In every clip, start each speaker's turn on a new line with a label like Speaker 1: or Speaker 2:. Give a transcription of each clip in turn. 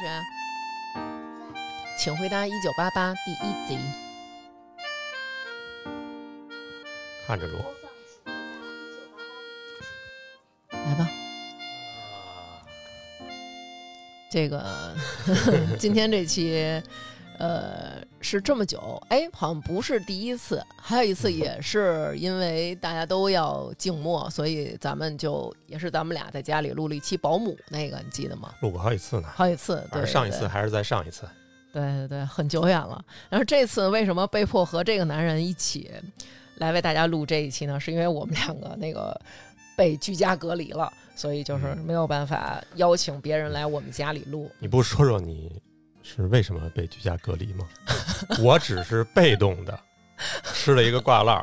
Speaker 1: 轩，请回答《一九八八》第一集。
Speaker 2: 看着录。
Speaker 1: 来吧，这个 今天这期，呃，是这么久，哎，好像不是第一次，还有一次
Speaker 2: 嗯
Speaker 1: 也是因为大家都要静默，所以咱们就也是咱们俩在家里录了一期保姆那个，你记得吗？
Speaker 2: 录过好几次呢，
Speaker 1: 好几次，对，
Speaker 2: 反正啊上一
Speaker 1: 对
Speaker 2: 次还是在上一次，
Speaker 1: 对对对，很久远了。然后这次为什么被迫和这个男人一起来为大家录这一期呢？是因为我们两个那个被居家隔离了，所以就是
Speaker 2: 嗯
Speaker 1: 没有办法邀请别人来我们家里录。
Speaker 2: 你不说说你是为什么被居家隔离吗？ 我只是被动的吃了一个挂烙，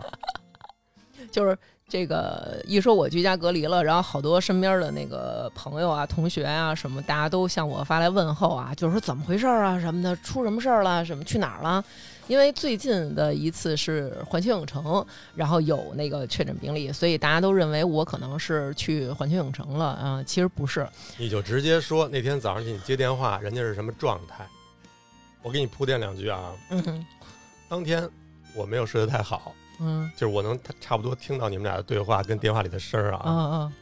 Speaker 1: 就是这个一说我居家隔离了，然后好多身边的那个朋友啊、同学啊什么，大家都向我发来问候啊，就是说怎么回事儿啊什么的，出什么事儿了，什么去哪儿了？因为最近的一次是环球影城，然后有那个确诊病例，所以大家都认为我可能是去环球影城了啊、呃其实不是，
Speaker 2: 你就直接说那天早上给你接电话，人家是什么状态？我给你铺垫两句啊，
Speaker 1: 嗯
Speaker 2: 当天我没有睡得太好，
Speaker 1: 嗯
Speaker 2: 就是我能差不多听到你们俩的对话跟电话里的声儿
Speaker 1: 啊
Speaker 2: 啊，
Speaker 1: 啊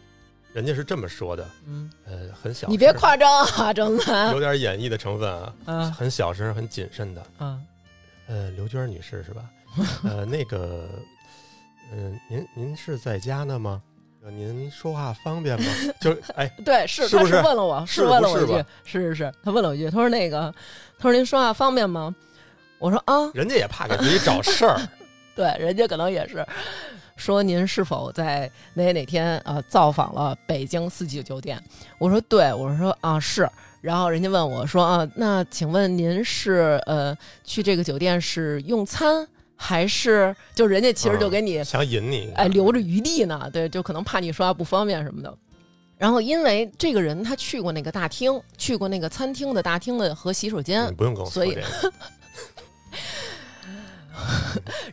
Speaker 2: 人家是这么说的，
Speaker 1: 嗯，
Speaker 2: 呃，很小，
Speaker 1: 你别，夸张啊， 张楠，
Speaker 2: 有点演绎的成分啊，
Speaker 1: 嗯
Speaker 2: 很小声，很谨慎的。
Speaker 1: 嗯
Speaker 2: 呃，刘娟女士是吧？呃，那个，嗯、您您是在家呢吗？呃您说话方便吗？ 就是，哎，
Speaker 1: 对，是
Speaker 2: 是
Speaker 1: 他
Speaker 2: 不
Speaker 1: 是
Speaker 2: 是
Speaker 1: 问了我，
Speaker 2: 是
Speaker 1: 问了
Speaker 2: 不
Speaker 1: 我一
Speaker 2: 是
Speaker 1: 句
Speaker 2: 吧，
Speaker 1: 是是是，他问了我一句，他说那个，他说您说话方便吗？我说啊，
Speaker 2: 人家也怕给自己找事儿，
Speaker 1: 对，人家可能也是说您是否在哪哪天呃造访了北京四季酒店？我说对，我说啊是。然后人家问我说啊，那请问您是呃去这个酒店是用餐还是就人家其实就
Speaker 2: 嗯
Speaker 1: 给你
Speaker 2: 想引你，
Speaker 1: 哎，留着余地呢。对，就可能怕你说话不方便什么的。然后因为这个人他去过那个大厅，去过那个餐厅的大厅的和洗手间
Speaker 2: 你，不用跟我
Speaker 1: 所
Speaker 2: 说
Speaker 1: 以
Speaker 2: 这个，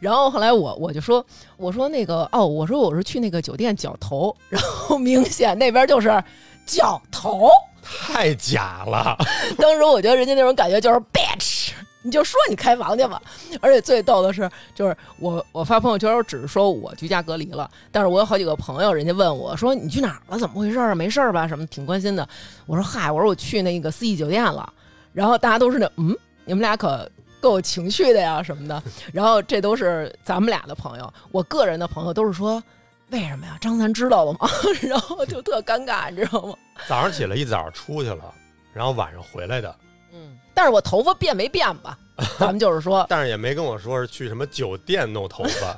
Speaker 1: 然后后来我我就说，我说那个哦，我说我是去那个酒店绞头，然后明显那边就是绞头。
Speaker 2: 太假了。
Speaker 1: 当时我觉得人家那种感觉就是 bitch，你就说你开房去吧。而且最逗的是，就是我我发朋友圈，我只是说我居家隔离了，但是我有好几个朋友，人家问我说你去哪儿了？怎么回事儿啊？没事儿吧？什么挺关心的。我说嗨，我说我去那个四季酒店了。然后大家都是那嗯，你们俩可够有情绪的呀什么的。然后这都是咱们俩的朋友，我个人的朋友都是说。为什么呀？张三知道了吗？ 然后就特尴尬，你知道吗？
Speaker 2: 早上起来一早出去了，然后晚上回来的，
Speaker 1: 嗯，但是我头发变没变吧？咱们就是说，
Speaker 2: 但是也没跟我说是去什么酒店弄头发，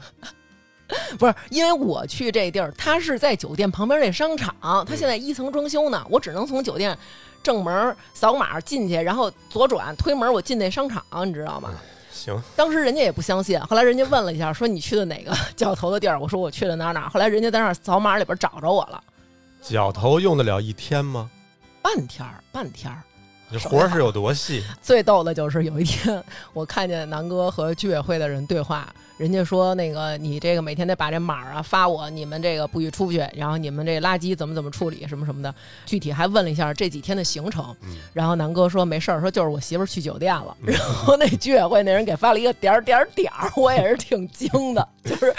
Speaker 1: 不是，因为我去这地儿，它是在酒店旁边那商场，它现在一层装修呢，我只能从酒店正门扫码进去，然后左转推门我进那商场，你知道吗？
Speaker 2: 行，
Speaker 1: 当时人家也不相信，后来人家问了一下，说你去的哪个教头的地儿？我说我去了哪儿哪儿。后来人家在那儿扫码里边找着我了，
Speaker 2: 绞头用得了一天吗？
Speaker 1: 半天儿，半天儿。
Speaker 2: 你活儿是有多细？
Speaker 1: 最逗的就是有一天，我看见南哥和居委会的人对话，人家说那个你这个每天得把这码儿啊发我，你们这个不许出去，然后你们这垃圾怎么怎么处理什么什么的，具体还问了一下这几天的行程，
Speaker 2: 嗯
Speaker 1: 然后南哥说没事儿，说就是我媳妇儿去酒店了，
Speaker 2: 嗯
Speaker 1: 然后那居委会那人给发了一个点儿点儿点儿，我也是挺惊的，就是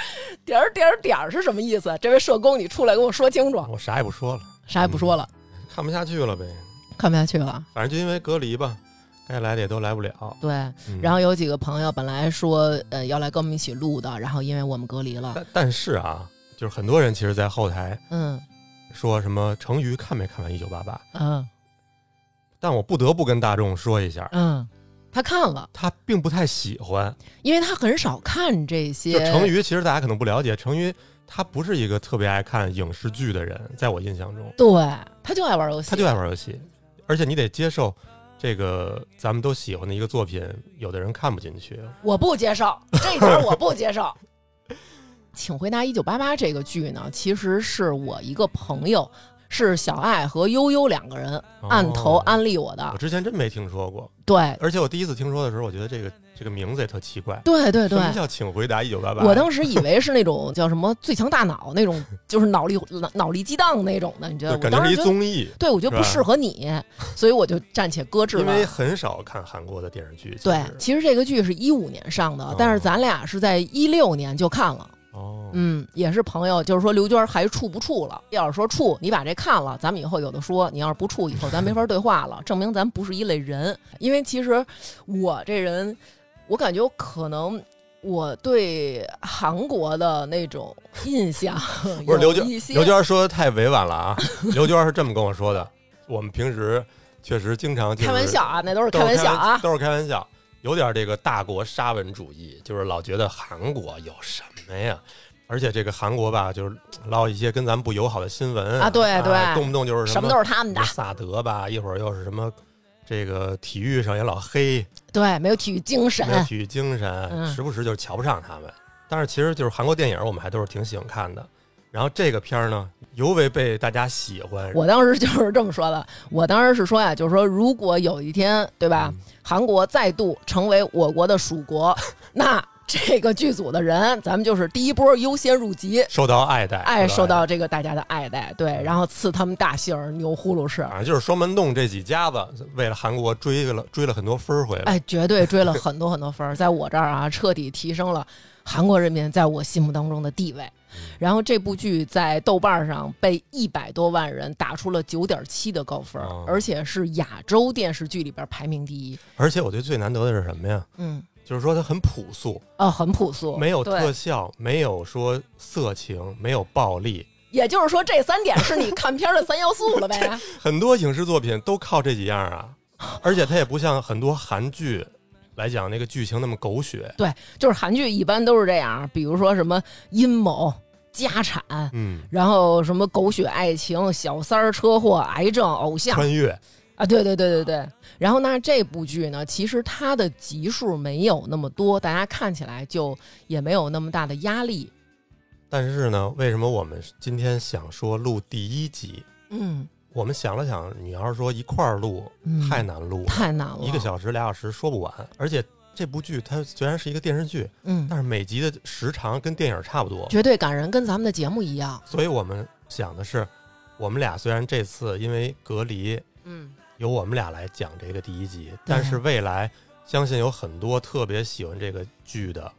Speaker 1: 点儿点儿点儿是什么意思？啊这位社工你出来给我说清楚，
Speaker 2: 我啥也不说了，
Speaker 1: 啥也不说了，
Speaker 2: 看不下去了呗。
Speaker 1: 看不下去了，
Speaker 2: 反正就因为隔离吧，该来的也都来不了。
Speaker 1: 对。
Speaker 2: 嗯
Speaker 1: 然后有几个朋友本来说呃要来跟我们一起录的，然后因为我们隔离了，
Speaker 2: 但但是啊，就是很多人其实，在后台
Speaker 1: 嗯
Speaker 2: 说什么成瑜看没看完《一九八八》，
Speaker 1: 嗯
Speaker 2: 但我不得不跟大众说一下，
Speaker 1: 嗯，他看了，
Speaker 2: 他并不太喜欢。
Speaker 1: 因为他很少看这
Speaker 2: 就
Speaker 1: 些
Speaker 2: 成瑜，其实大家可能不了解，成瑜他不是一个特别爱看影视剧的人，在我印象中，
Speaker 1: 对，他就爱玩游戏，
Speaker 2: 他就爱玩游戏，而且你得接受。这个咱们都喜欢的一个作品，有的人看不进去，
Speaker 1: 我不接受这一点，我不接受。 请回答《一九八八》这个剧呢，其实是我一个朋友，是小爱和悠悠两个人
Speaker 2: 哦
Speaker 1: 按头安利我的。
Speaker 2: 我之前真没听说过，
Speaker 1: 对，
Speaker 2: 而且我第一次听说的时候，我觉得这个这个名字也特奇怪。
Speaker 1: 对对对
Speaker 2: 什，么叫请回答一九八八？
Speaker 1: 我当时以为是那种叫什么“最强大脑”那种，就是脑力脑脑力激荡那种的，你觉得？
Speaker 2: 就
Speaker 1: 我
Speaker 2: 感
Speaker 1: 当
Speaker 2: 觉
Speaker 1: 时觉得，
Speaker 2: 是一综艺，
Speaker 1: 对我觉得不
Speaker 2: 是吧
Speaker 1: 适合 你，所以我就暂且搁置
Speaker 2: 因为
Speaker 1: 了。
Speaker 2: 很少看韩国的电视剧。其
Speaker 1: 对
Speaker 2: 实，
Speaker 1: 其实这个剧是一五年上的
Speaker 2: 哦，
Speaker 1: 但是咱俩是在一六年就看了。
Speaker 2: 哦，
Speaker 1: 嗯，也是朋友，就是说刘娟还处不处了？要是说处，你把这看了，咱们以后有的说；你要是不处，以后咱没法对话了，证明咱不是一类人。因为其实我这人，我感觉我可能我对韩国的那种印象
Speaker 2: 不是
Speaker 1: 有
Speaker 2: 刘娟
Speaker 1: 一些
Speaker 2: 刘娟说的太委婉了啊！ 刘娟是这么跟我说的：我们平时确实经常就是
Speaker 1: 开玩笑啊，那都是
Speaker 2: 都
Speaker 1: 开
Speaker 2: 是
Speaker 1: 玩笑啊。
Speaker 2: 都是开玩笑，有点这个大国沙文主义，就是老觉得韩国有什么呀？而且这个韩国吧，就是唠一些跟咱们不友好的新闻哎
Speaker 1: 啊对对
Speaker 2: 动不动就是
Speaker 1: 什么
Speaker 2: 么
Speaker 1: 都是他们
Speaker 2: 什
Speaker 1: 的
Speaker 2: 么，萨德吧，一会儿又是什么这个体育上也老黑，
Speaker 1: 对，没有体育精神
Speaker 2: 没，有体育精神，
Speaker 1: 嗯
Speaker 2: 时不时就是瞧不上他们。但是其实就是韩国电影，我们还都是挺喜欢看的。然后这个片儿呢，尤为被大家喜欢。
Speaker 1: 我当时就是这么说的，我当时是说呀，就是说如果有一天，对吧，韩国再度成为我国的属国，那这个剧组的人，咱们就是第一波优先入籍，
Speaker 2: 受到爱戴，
Speaker 1: 爱受
Speaker 2: 爱
Speaker 1: 到这个大家的爱戴，对，然后赐他们大姓儿牛呼噜氏
Speaker 2: 戴，。反正就是双门洞这几家子为了韩国追了追了很多分儿回来。
Speaker 1: 哎，绝对追了很多很多分儿，在我这儿啊，彻底提升了韩国人民在我心目当中的地位。
Speaker 2: 嗯
Speaker 1: 然后这部剧在豆瓣上被一百多万人打出了九点七的高分儿
Speaker 2: 哦，
Speaker 1: 而且是亚洲电视剧里边排名第一。
Speaker 2: 而且我觉得最难得的是什么呀？
Speaker 1: 嗯，
Speaker 2: 就是说它很朴素，
Speaker 1: 呃，很朴素，
Speaker 2: 没有
Speaker 1: 对
Speaker 2: 特效，没有说色情，没有暴力。
Speaker 1: 也就是说，这三点是你看片儿的三要素 了呗？
Speaker 2: 很多影视作品都靠这几样啊，而且它也不像很多韩剧来讲那个剧情那么狗血。
Speaker 1: 对，就是韩剧一般都是这样，比如说什么阴谋、家产，
Speaker 2: 嗯，
Speaker 1: 然后什么狗血爱情、小三儿、车祸、癌症、偶像
Speaker 2: 穿越
Speaker 1: 啊，对对对对对。然后那这部剧呢，其实它的集数没有那么多，大家看起来就也没有那么大的压力。
Speaker 2: 但是呢，为什么我们今天想说录第一集？
Speaker 1: 嗯，
Speaker 2: 我们想了想，你要是说一块儿录，
Speaker 1: 嗯
Speaker 2: 太难录了，
Speaker 1: 太难了，
Speaker 2: 一个小时、俩小时说不完。而且这部剧它虽然是一个电视剧，
Speaker 1: 嗯，
Speaker 2: 但是每集的时长跟电影差不多，
Speaker 1: 绝对感人，跟咱们的节目一样。
Speaker 2: 所以我们想的是，我们俩虽然这次因为隔离，
Speaker 1: 嗯，
Speaker 2: 由我们俩来讲这个第一集，但是未来相信有很多特别喜欢这个剧的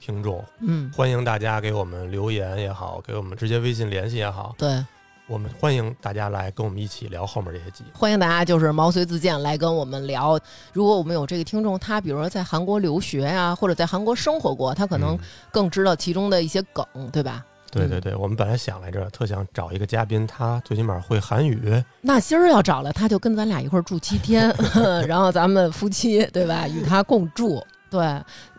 Speaker 2: 听众，
Speaker 1: 嗯，
Speaker 2: 欢迎大家给我们留言也好，给我们直接微信联系也好，
Speaker 1: 对。
Speaker 2: 我们欢迎大家来跟我们一起聊后面这些集。
Speaker 1: 欢迎大家就是毛遂自荐来跟我们聊。如果我们有这个听众，他比如说在韩国留学啊，或者在韩国生活过，他可能
Speaker 2: 嗯
Speaker 1: 更知道其中的一些梗，对吧？
Speaker 2: 对
Speaker 1: 嗯
Speaker 2: 对对，我们本来想来着，特想找一个嘉宾，他最起码会韩语，
Speaker 1: 那今儿要找了，他就跟咱俩一块儿住七天， 然后咱们夫妻对吧，与他共住。对，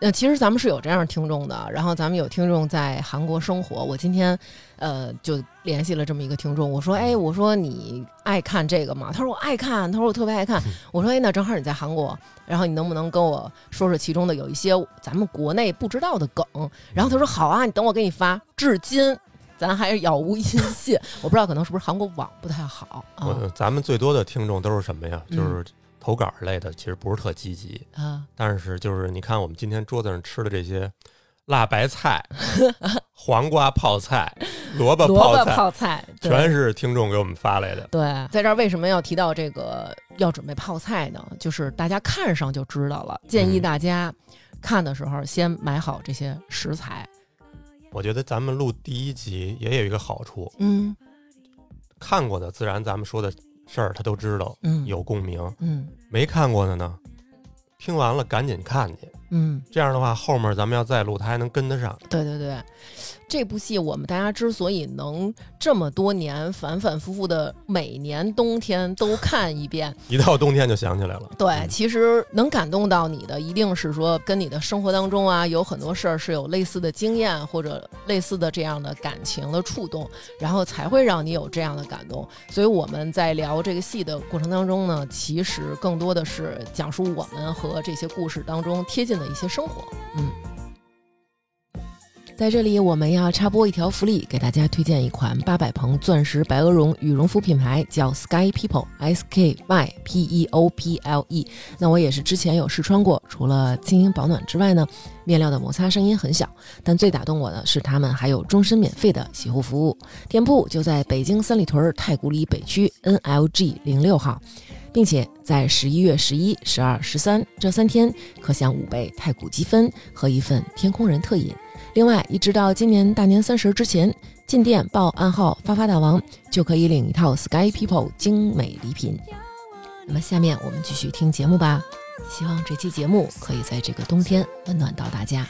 Speaker 1: 那其实咱们是有这样听众的，然后咱们有听众在韩国生活。我今天，呃，就联系了这么一个听众，我说，哎，我说你爱看这个吗？他说我爱看，他说我特别爱看。我说，哎，那正好你在韩国，然后你能不能跟我说说其中的有一些咱们国内不知道的梗？然后他说好啊，你等我给你发。至今咱还杳无音信，我不知道可能是不是韩国网不太好啊。
Speaker 2: 我咱们最多的听众都是什么呀？
Speaker 1: 嗯
Speaker 2: 就是投稿类的，其实不是特积极，
Speaker 1: 啊，
Speaker 2: 但是就是你看我们今天桌子上吃的这些辣 白菜、黄瓜泡菜、萝卜
Speaker 1: 萝
Speaker 2: 泡
Speaker 1: 卜
Speaker 2: 菜，
Speaker 1: 泡菜，对
Speaker 2: 全是听众给我们发来的。
Speaker 1: 对。在这儿为什么要提到这个要准备泡菜呢？就是大家看上就知道了，建
Speaker 2: 嗯
Speaker 1: 议大家看的时候先买好这些食材。
Speaker 2: 我觉得咱们录第一集也有一个好处，
Speaker 1: 嗯
Speaker 2: 看过的自然咱们说的事儿他都知道，
Speaker 1: 嗯，
Speaker 2: 有共鸣；
Speaker 1: 嗯
Speaker 2: 没看过的呢，听完了赶紧看去。
Speaker 1: 嗯，
Speaker 2: 这样的话，后面咱们要再录，他还能跟得上。
Speaker 1: 对对对。这部戏我们大家之所以能这么多年反反复复的每年冬天都看一遍，
Speaker 2: 一到冬天就想起来了。
Speaker 1: 对，
Speaker 2: 嗯
Speaker 1: 其实能感动到你的，一定是说跟你的生活当中啊，有很多事儿是有类似的经验或者类似的这样的感情的触动，然后才会让你有这样的感动。所以我们在聊这个戏的过程当中呢，其实更多的是讲述我们和这些故事当中贴近的一些生活。嗯，在这里，我们要插播一条福利，给大家推荐一款八百鹏钻石白鹅绒羽绒服品牌，叫 Sky People S K Y P E O P L E。那我也是之前有试穿过，除了轻盈保暖之外呢，面料的摩擦声音很小。但最打动我的是，他们还有终身免费的洗护服务。店铺就在北京三里屯太古里北区 NLG 零六号。并且在十一月十一、十二、十三这三天，可享五倍太古积分和一份天空人特饮。另外，一直到今年大年三十之前，进店报暗号“发发大王”就可以领一套 Sky People 精美礼品。那么，下面我们继续听节目吧。希望这期节目可以在这个冬天温暖到大家。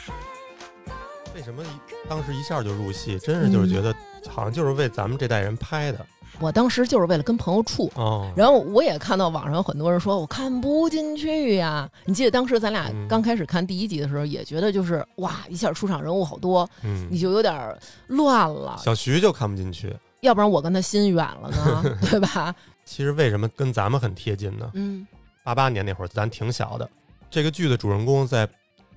Speaker 2: 为什么一当时一下就入戏？真是就是觉得好像就是为咱们这代人拍的
Speaker 1: 我当时就是为了跟朋友处，
Speaker 2: 哦。
Speaker 1: 然后我也看到网上有很多人说我看不进去呀、你记得当时咱俩
Speaker 2: 嗯
Speaker 1: 刚开始看第一集的时候，也觉得就是哇，一下出场人物好多，你
Speaker 2: 嗯，
Speaker 1: 就有点儿乱了。
Speaker 2: 小徐就看不进去。
Speaker 1: 要不然我跟他心远了 呢，对吧？
Speaker 2: 其实为什么跟咱们很贴近呢？
Speaker 1: 嗯
Speaker 2: 八八年那会儿咱挺小的，这个剧的主人公在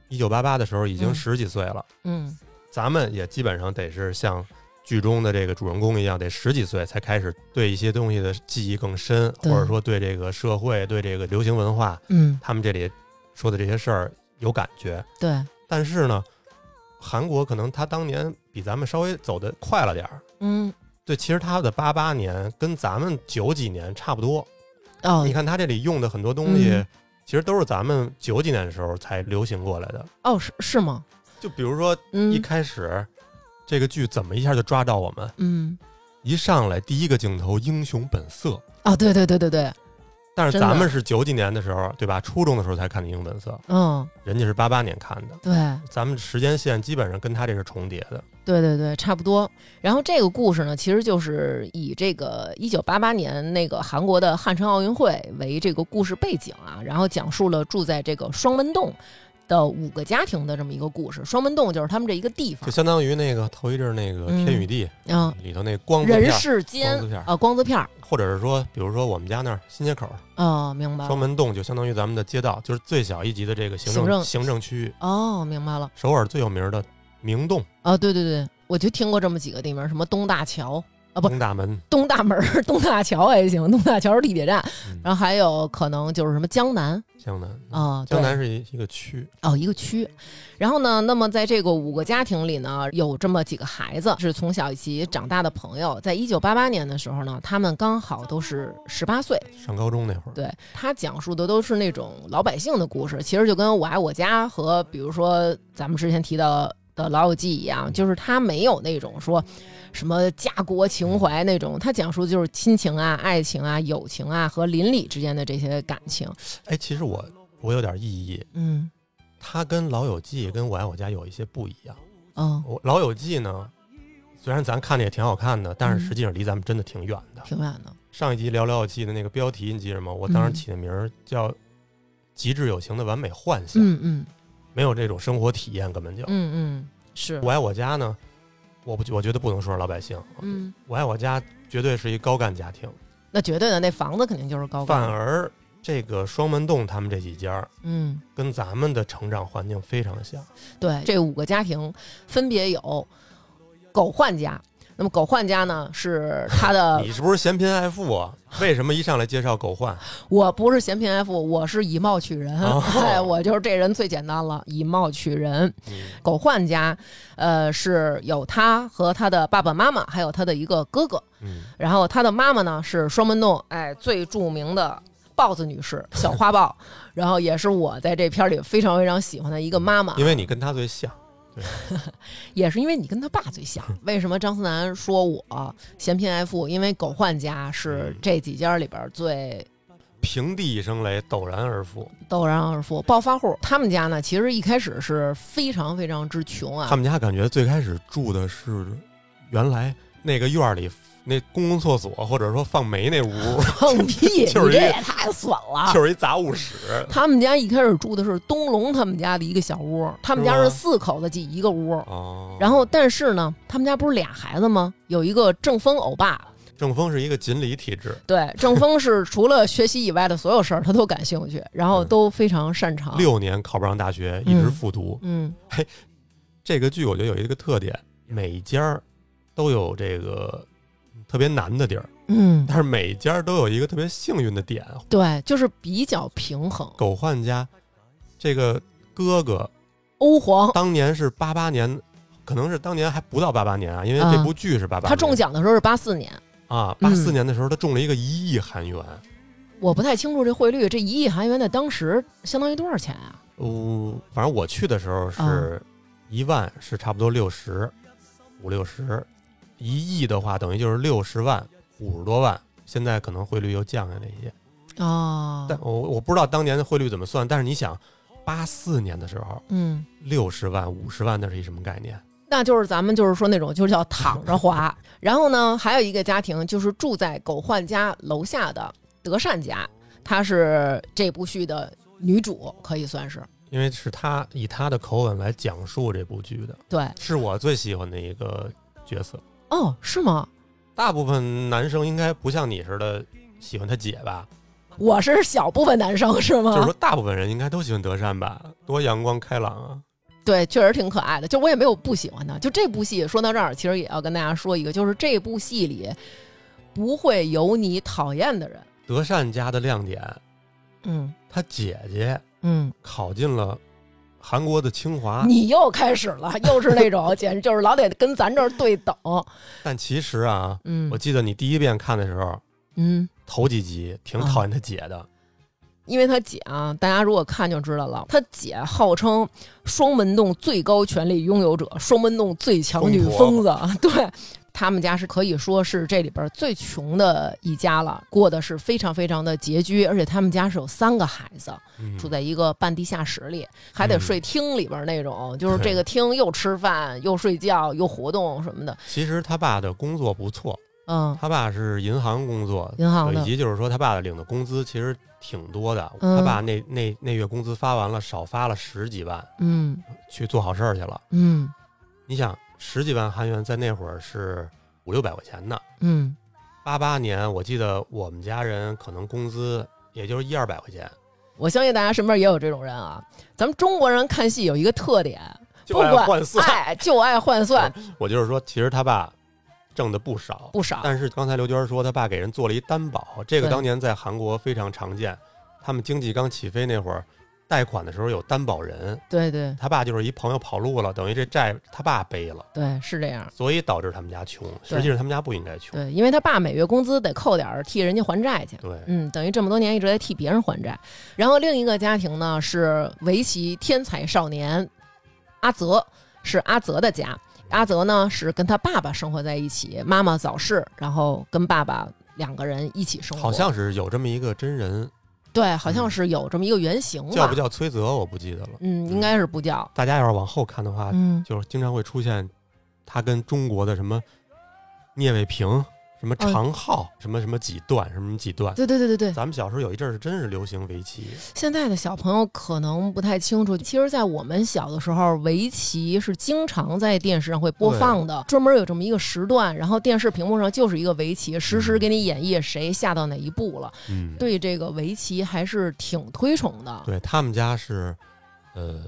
Speaker 2: 一九八八的时候已经
Speaker 1: 嗯
Speaker 2: 十几岁了，
Speaker 1: 嗯
Speaker 2: 咱们也基本上得是像剧中的这个主人公一样，得十几岁才开始对一些东西的记忆更深，或
Speaker 1: 对
Speaker 2: 者说对这个社会、对这个流行文化，
Speaker 1: 嗯，
Speaker 2: 他们这里说的这些事儿有感觉。
Speaker 1: 对，
Speaker 2: 但是呢，韩国可能他当年比咱们稍微走得快了点儿。
Speaker 1: 嗯
Speaker 2: 对，其实他的八八年跟咱们九几年差不多。
Speaker 1: 哦
Speaker 2: 你看他这里用的很多东西，
Speaker 1: 嗯
Speaker 2: 其实都是咱们九几年的时候才流行过来的。
Speaker 1: 哦是是吗？
Speaker 2: 就比如说一
Speaker 1: 嗯
Speaker 2: 开始、这个剧怎么一下就抓到我们，
Speaker 1: 嗯
Speaker 2: 一上来第一个镜头《英雄本色》，
Speaker 1: 哦对对对对对，
Speaker 2: 但是
Speaker 1: 真的
Speaker 2: 咱们是九几年的时候，对吧？初中的时候才看的《英雄本色》，
Speaker 1: 嗯
Speaker 2: 人家是八八年看的，
Speaker 1: 对
Speaker 2: 咱们时间线基本上跟他这是重叠的。
Speaker 1: 对对对，差不多。然后这个故事呢，其实就是以这个一九八八年那个韩国的汉城奥运会为这个故事背景啊，然后讲述了住在这个双门洞的五个家庭的这么一个故事。双门洞就是他们这一个地方
Speaker 2: 就，相当于那个头一阵儿那个《天与地》
Speaker 1: 嗯，
Speaker 2: 里头那光子片
Speaker 1: 人
Speaker 2: 儿，
Speaker 1: 世间
Speaker 2: 光子片儿
Speaker 1: 啊，光子片儿
Speaker 2: 或者是说，比如说我们家那儿新街口
Speaker 1: 哦，明白
Speaker 2: 双
Speaker 1: 了，
Speaker 2: 门洞，就相当于咱们的街道，就是最小一级的这个行政
Speaker 1: 行政
Speaker 2: 行政区域。
Speaker 1: 哦，明白了，
Speaker 2: 首尔最有名的明洞、
Speaker 1: 哦，对对对，我就听过这么几个地名，什么东大桥、啊不
Speaker 2: 东大门，
Speaker 1: 东大门儿、东大桥也行，东大桥是地铁站，
Speaker 2: 嗯
Speaker 1: 然后还有可能就是什么江南
Speaker 2: 江南啊，
Speaker 1: 啊，对
Speaker 2: 江南是一一个区，
Speaker 1: 哦，一个区。然后呢，那么在这个五个家庭里呢，有这么几个孩子是从小一起长大的朋友，在一九八八年的时候呢，他们刚好都是十八岁，
Speaker 2: 上高中那会儿。
Speaker 1: 对他讲述的都是那种老百姓的故事，其实就跟《我爱我家》和比如说咱们之前提到的《老友记》一样，就是他没有那种说什么家国情怀那种，他讲述的就是亲情啊、爱情啊、友情啊和邻里之间的这些感情。
Speaker 2: 哎，其实我我有点异议，
Speaker 1: 嗯，
Speaker 2: 它跟《老友记》跟《我爱我家》有一些不一样。
Speaker 1: 哦，
Speaker 2: 我《老友记》呢，虽然咱看着也挺好看的，但是
Speaker 1: 嗯
Speaker 2: 实际上离咱们真的挺远的。
Speaker 1: 挺远的。
Speaker 2: 上一集聊《老友记》的那个标题你记着吗？我当时
Speaker 1: 嗯
Speaker 2: 起的名儿叫《极致友情的完美幻想》，
Speaker 1: 嗯嗯
Speaker 2: 没有这种生活体验根本就。
Speaker 1: 嗯嗯，是，
Speaker 2: 我爱我家呢，我不我觉得不能说是老百姓，
Speaker 1: 嗯，
Speaker 2: 我爱我家绝对是一高干家庭。
Speaker 1: 那绝对的，那房子肯定就是高
Speaker 2: 反
Speaker 1: 干。
Speaker 2: 而这个双门洞他们这几家儿
Speaker 1: 嗯，
Speaker 2: 跟咱们的成长环境非常像，
Speaker 1: 对，这五个家庭分别有狗焕家。那么狗焕家呢，是他的
Speaker 2: 你是不是嫌贫爱富啊？为什么一上来介绍狗焕？
Speaker 1: 我不是嫌贫爱富，我是以貌取人。
Speaker 2: 哦
Speaker 1: 哎，我就是这人最简单了，以貌取人。
Speaker 2: 嗯
Speaker 1: 狗焕家，呃，是有他和他的爸爸妈妈，还有他的一个哥哥。
Speaker 2: 嗯，
Speaker 1: 然后他的妈妈呢是双门洞，哎，最著名的豹子女士，小花 豹。然后也是我在这片儿里非常非常喜欢的一个妈妈，
Speaker 2: 因为你跟他最像，
Speaker 1: 也是因为你跟他爸最 像。为什么张思楠说我嫌贫爱富？因为狗焕家
Speaker 2: 嗯
Speaker 1: 是这几家里边儿最
Speaker 2: 平地一声雷，陡然而富。
Speaker 1: 陡然而富，啊暴发户。他们家呢，其实一开始是非常非常之穷啊
Speaker 2: 他。们家感觉最开始住的是原来那个院儿里那公共厕所，或者说放煤那屋，
Speaker 1: 放屁！
Speaker 2: 就是
Speaker 1: 你这
Speaker 2: 一
Speaker 1: 也太损了。
Speaker 2: 就是一杂物室。
Speaker 1: 他们家一开始住的是东龙他们家的一个小屋，他们家
Speaker 2: 是
Speaker 1: 是
Speaker 2: 吗
Speaker 1: 四口子挤一个屋。
Speaker 2: 哦，
Speaker 1: 啊然后，但是呢，他们家不是俩孩子吗？有一个正风欧巴，
Speaker 2: 正风是一个锦鲤体质，
Speaker 1: 对，正风是除了学习以外的所有事儿他都感兴趣，然后
Speaker 2: 嗯
Speaker 1: 啊都非常擅长。
Speaker 2: 六年考不上大学，一直复读。
Speaker 1: 嗯，
Speaker 2: 这个剧我觉得有一个特点，每一家儿都有这个特别难的地儿，
Speaker 1: 嗯，
Speaker 2: 但是每一家儿都有一个特别幸运的点。
Speaker 1: 对，就是比较平衡。
Speaker 2: 狗焕家这个哥哥
Speaker 1: 欧皇
Speaker 2: 当年是八八年，可能是当年还不到八八年啊，因为这部剧是八八、
Speaker 1: 嗯他中奖的时候是八四年，
Speaker 2: 啊，
Speaker 1: 嗯
Speaker 2: 八四年的时候他中了一个一亿韩元，
Speaker 1: 我不太清楚这汇率，这一亿韩元在当时相当于多少钱啊？
Speaker 2: 嗯，反正我去的时候
Speaker 1: 嗯
Speaker 2: 是一万，是差不多六十五六十，一亿的话等于就是六十万五十多万。现在可能汇率又降下来一些，
Speaker 1: 哦
Speaker 2: 但我我不知道当年的汇率怎么算。但是你想，八四年的时候，
Speaker 1: 嗯，
Speaker 2: 六十万、五十万那是一什么概念？
Speaker 1: 那就是咱们就是说那种就是叫躺着 花。然后呢，还有一个家庭就是住在狗焕家楼下的德善家，她是这部剧的女主，可以算是
Speaker 2: 因为是他以他的口吻来讲述这部剧的，
Speaker 1: 对
Speaker 2: 是我最喜欢的一个角色。
Speaker 1: 哦，是吗？
Speaker 2: 大部分男生应该不像你似的喜欢他姐吧？
Speaker 1: 我是小部分男生是吗？
Speaker 2: 就是说，大部分人应该都喜欢德善吧？多阳光开朗啊！
Speaker 1: 对，确实挺可爱的。就我也没有不喜欢的。就这部戏说到这儿，其实也要跟大家说一个，就是这部戏里不会有你讨厌的人。
Speaker 2: 德善家的亮点，
Speaker 1: 嗯
Speaker 2: 他姐姐
Speaker 1: 嗯，
Speaker 2: 考进了韩国的清华，
Speaker 1: 你又开始 了，又是那种简直就是老得跟咱这儿对等。
Speaker 2: 但其实啊，
Speaker 1: 嗯
Speaker 2: 我记得你第一遍看的时候，
Speaker 1: 嗯，
Speaker 2: 头几集挺讨厌他姐的，
Speaker 1: 因为他姐啊，大家如果看就知道了，他姐号称双门洞最高权力拥有者，双门洞最强女疯子。对，他们家是可以说是这里边最穷的一家了，过得是非常非常的拮据，而且他们家是有三个孩子，
Speaker 2: 嗯
Speaker 1: 住在一个半地下室里，还得睡厅里边那种，就是这个厅又吃饭又睡觉又活动什么的。
Speaker 2: 其实他爸的工作不错，
Speaker 1: 嗯，
Speaker 2: 他爸是银行工作，
Speaker 1: 银行
Speaker 2: 以
Speaker 1: 的，
Speaker 2: 及就是说他爸领的工资其实挺多的，
Speaker 1: 嗯
Speaker 2: 他爸那那那月工资发完了，少发了十几万
Speaker 1: 嗯
Speaker 2: 去做好事儿去了。
Speaker 1: 嗯
Speaker 2: 你想，十几万韩元在那会儿是五六百块钱呢。
Speaker 1: 嗯，
Speaker 2: 八八年，我记得我们家人可能工资也就是一二百块钱，
Speaker 1: 我相信大家身边也有这种人啊。咱们中国人看戏有一个特点，
Speaker 2: 就
Speaker 1: 不
Speaker 2: 爱
Speaker 1: 管
Speaker 2: 换算。
Speaker 1: 哎，就爱换算，
Speaker 2: 我就是说，其实他爸挣的不少，
Speaker 1: 不少。
Speaker 2: 但是刚才刘娟说他爸给人做了一担保，这个
Speaker 1: 对
Speaker 2: 当年在韩国非常常见。他们经济刚起飞那会儿，贷款的时候有担保人，
Speaker 1: 对对
Speaker 2: 他爸就是一朋友跑路了，等于这债他爸背了，
Speaker 1: 对，是这样。
Speaker 2: 所以导致他们家穷。
Speaker 1: 对
Speaker 2: 实际上他们家不应该穷。
Speaker 1: 对，因为他爸每月工资得扣点儿替人家还债去。
Speaker 2: 对，
Speaker 1: 嗯，等于这么多年一直在替别人还债。然后另一个家庭呢是围棋天才少年阿泽，是阿泽的家。阿泽呢是跟他爸爸生活在一起，妈妈早逝，然后跟爸爸两个人一起生活。
Speaker 2: 好像是有这么一个真人，
Speaker 1: 对，好像是有这么一个原型吧？
Speaker 2: 叫不叫崔泽我不记得了。
Speaker 1: 嗯，应该是不叫。
Speaker 2: 大家要是往后看的话，
Speaker 1: 嗯，
Speaker 2: 就是经常会出现他跟中国的什么聂卫平、什么常浩、什么什么几段、什么几段。
Speaker 1: 嗯对对对对对。
Speaker 2: 咱们小时候有一阵儿是真是流行围棋，
Speaker 1: 现在的小朋友可能不太清楚，其实，在我们小的时候，围棋是经常在电视上会播放的，专门有这么一个时段，然后电视屏幕上就是一个围棋，实时给你演绎谁下到哪一步了。
Speaker 2: 嗯，
Speaker 1: 对这个围棋还是挺推崇的。
Speaker 2: 对他们家是，呃，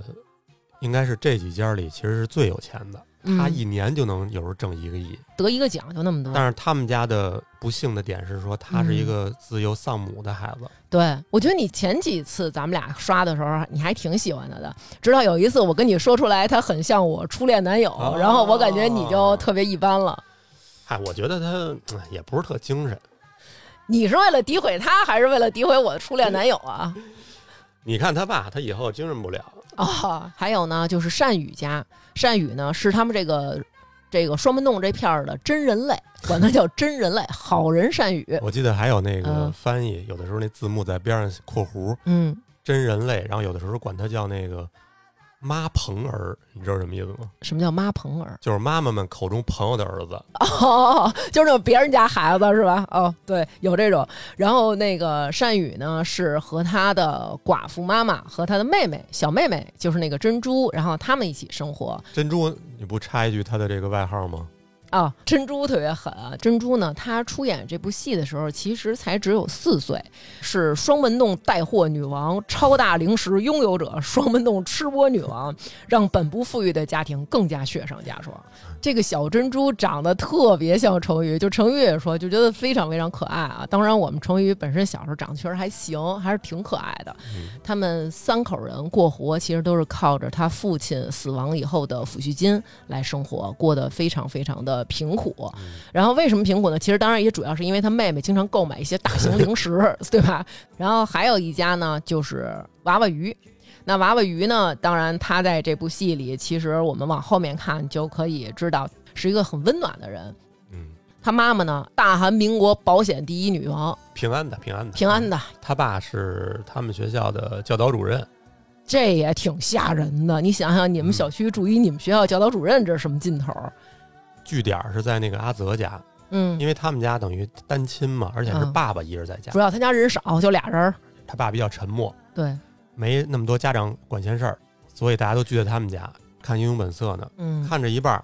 Speaker 2: 应该是这几家里其实是最有钱的，他
Speaker 1: 嗯，
Speaker 2: 一年就能有时候挣一个亿。
Speaker 1: 得一个奖就那么多。
Speaker 2: 但是他们家的不幸的点是说，他是一个
Speaker 1: 嗯
Speaker 2: 自幼丧母的孩子，
Speaker 1: 对，我觉得你前几次咱们俩刷的时候，你还挺喜欢他的，直到有一次我跟你说出来，他很像我初恋男友，
Speaker 2: 哦
Speaker 1: 然后我感觉你就特别一般了。
Speaker 2: 嗨、我觉得他哎也不是特精神。
Speaker 1: 你是为了诋毁他，还是为了诋毁我的初恋男友啊？
Speaker 2: 你看他爸，他以后精神不了。
Speaker 1: 哦，还有呢，就是善宇家，善宇呢是他们这个这个双门洞这片儿的真人类，管他叫真人类，好人善宇。
Speaker 2: 我记得还有那个
Speaker 1: 嗯
Speaker 2: 翻译，有的时候那字幕在边上括弧
Speaker 1: 嗯，
Speaker 2: 真人类，然后有的时候管他叫那个妈朋儿，你知道什么意思吗？
Speaker 1: 什么叫妈朋儿？
Speaker 2: 就是妈妈们口中朋友的儿子。
Speaker 1: 哦，就是那种别人家孩子是吧？哦，对，有这种。然后那个善宇呢，是和他的寡妇妈妈和他的妹妹小妹妹，就是那个珍珠，然后他们一起生活。
Speaker 2: 珍珠，你不插一句他的这个外号吗？
Speaker 1: 啊，珍珠特别狠啊！珍珠呢，她出演这部戏的时候，其实才只有四岁，是双门洞带货女王、超大零食拥有者、双门洞吃播女王，让本不富裕的家庭更加雪上加霜。这个小珍珠长得特别像成宇，就成宇也说，就觉得非常非常可爱啊。当然，我们成宇本身小时候长得确实还行，还是挺可爱的。
Speaker 2: 嗯
Speaker 1: 他们三口人过活，其实都是靠着他父亲死亡以后的抚恤金来生活，过得非常非常的贫苦。然后为什么贫苦呢？其实当然也主要是因为他妹妹经常购买一些大型零食， 对吧？然后还有一家呢，就是娃娃鱼。那娃娃鱼呢？当然，他在这部戏里，其实我们往后面看就可以知道，是一个很温暖的人。
Speaker 2: 嗯，
Speaker 1: 他妈妈呢，大韩民国保险第一女王，
Speaker 2: 平安的，平安的，
Speaker 1: 平安的，
Speaker 2: 他爸是他们学校的教导主任，
Speaker 1: 这也挺吓人的。你想想，你们小区住一你们学校教导主任，这是什么劲头儿？
Speaker 2: 据点儿是在那个阿泽家，
Speaker 1: 嗯，
Speaker 2: 因为他们家等于单亲嘛，而且是
Speaker 1: 嗯
Speaker 2: 爸爸一人在家
Speaker 1: 主，要他家人少，就俩人儿。
Speaker 2: 他爸比较沉默，
Speaker 1: 对，
Speaker 2: 没那么多家长管闲事儿，所以大家都聚在他们家看《英雄本色》呢。
Speaker 1: 嗯
Speaker 2: 看着一半儿，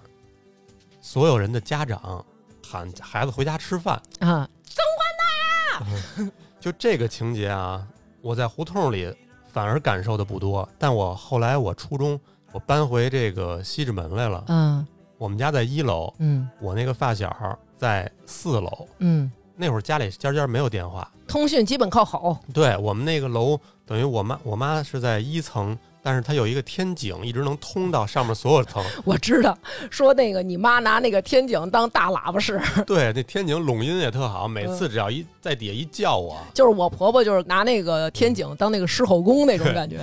Speaker 2: 所有人的家长喊孩子回家吃饭，
Speaker 1: 啊，
Speaker 2: 就这个情节啊，我在胡同里反而感受的不多，但我后来我初中我搬回这个西直门来了，
Speaker 1: 嗯
Speaker 2: 我们家在一楼，
Speaker 1: 嗯
Speaker 2: 我那个发小在四楼，
Speaker 1: 嗯，
Speaker 2: 那会儿家里家家没有电话，
Speaker 1: 通讯基本靠吼。
Speaker 2: 对我们那个楼等于我妈我妈是在一层。但是它有一个天井，一直能通到上面所有 层。
Speaker 1: 我知道，说那个你妈拿那个天井当大喇叭使，
Speaker 2: 对，那天井拢音也特好，每
Speaker 1: 嗯
Speaker 2: 次只要一在底下一叫我，
Speaker 1: 就是我婆婆就是拿那个天井当那个狮吼功那种感觉。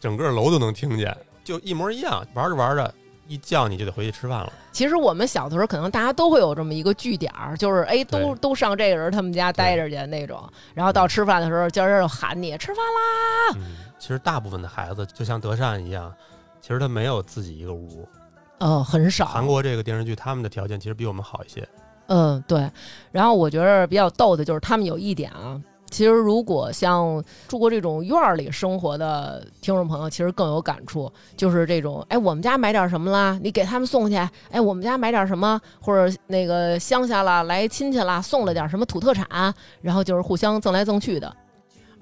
Speaker 2: 整个楼都能听见，就一模一样。玩着玩着，一叫你就得回去吃饭了。
Speaker 1: 其实我们小的时候，可能大家都会有这么一个据点儿，就是哎，都
Speaker 2: 对
Speaker 1: 都上这个人他们家待着去那种，然后到吃饭的时候，家人就喊你吃饭啦。
Speaker 2: 嗯，其实大部分的孩子就像德善一样，其实他没有自己一个屋。
Speaker 1: 哦，很少。
Speaker 2: 韩国这个电视剧，他们的条件其实比我们好一些。
Speaker 1: 嗯，对。然后我觉得比较逗的就是他们有一点啊，其实如果像住过这种院儿里生活的听众朋友，其实更有感触，就是这种，哎，我们家买点什么啦，你给他们送去；哎，我们家买点什么，或者那个乡下啦，来亲戚啦，送了点什么土特产，然后就是互相赠来赠去的。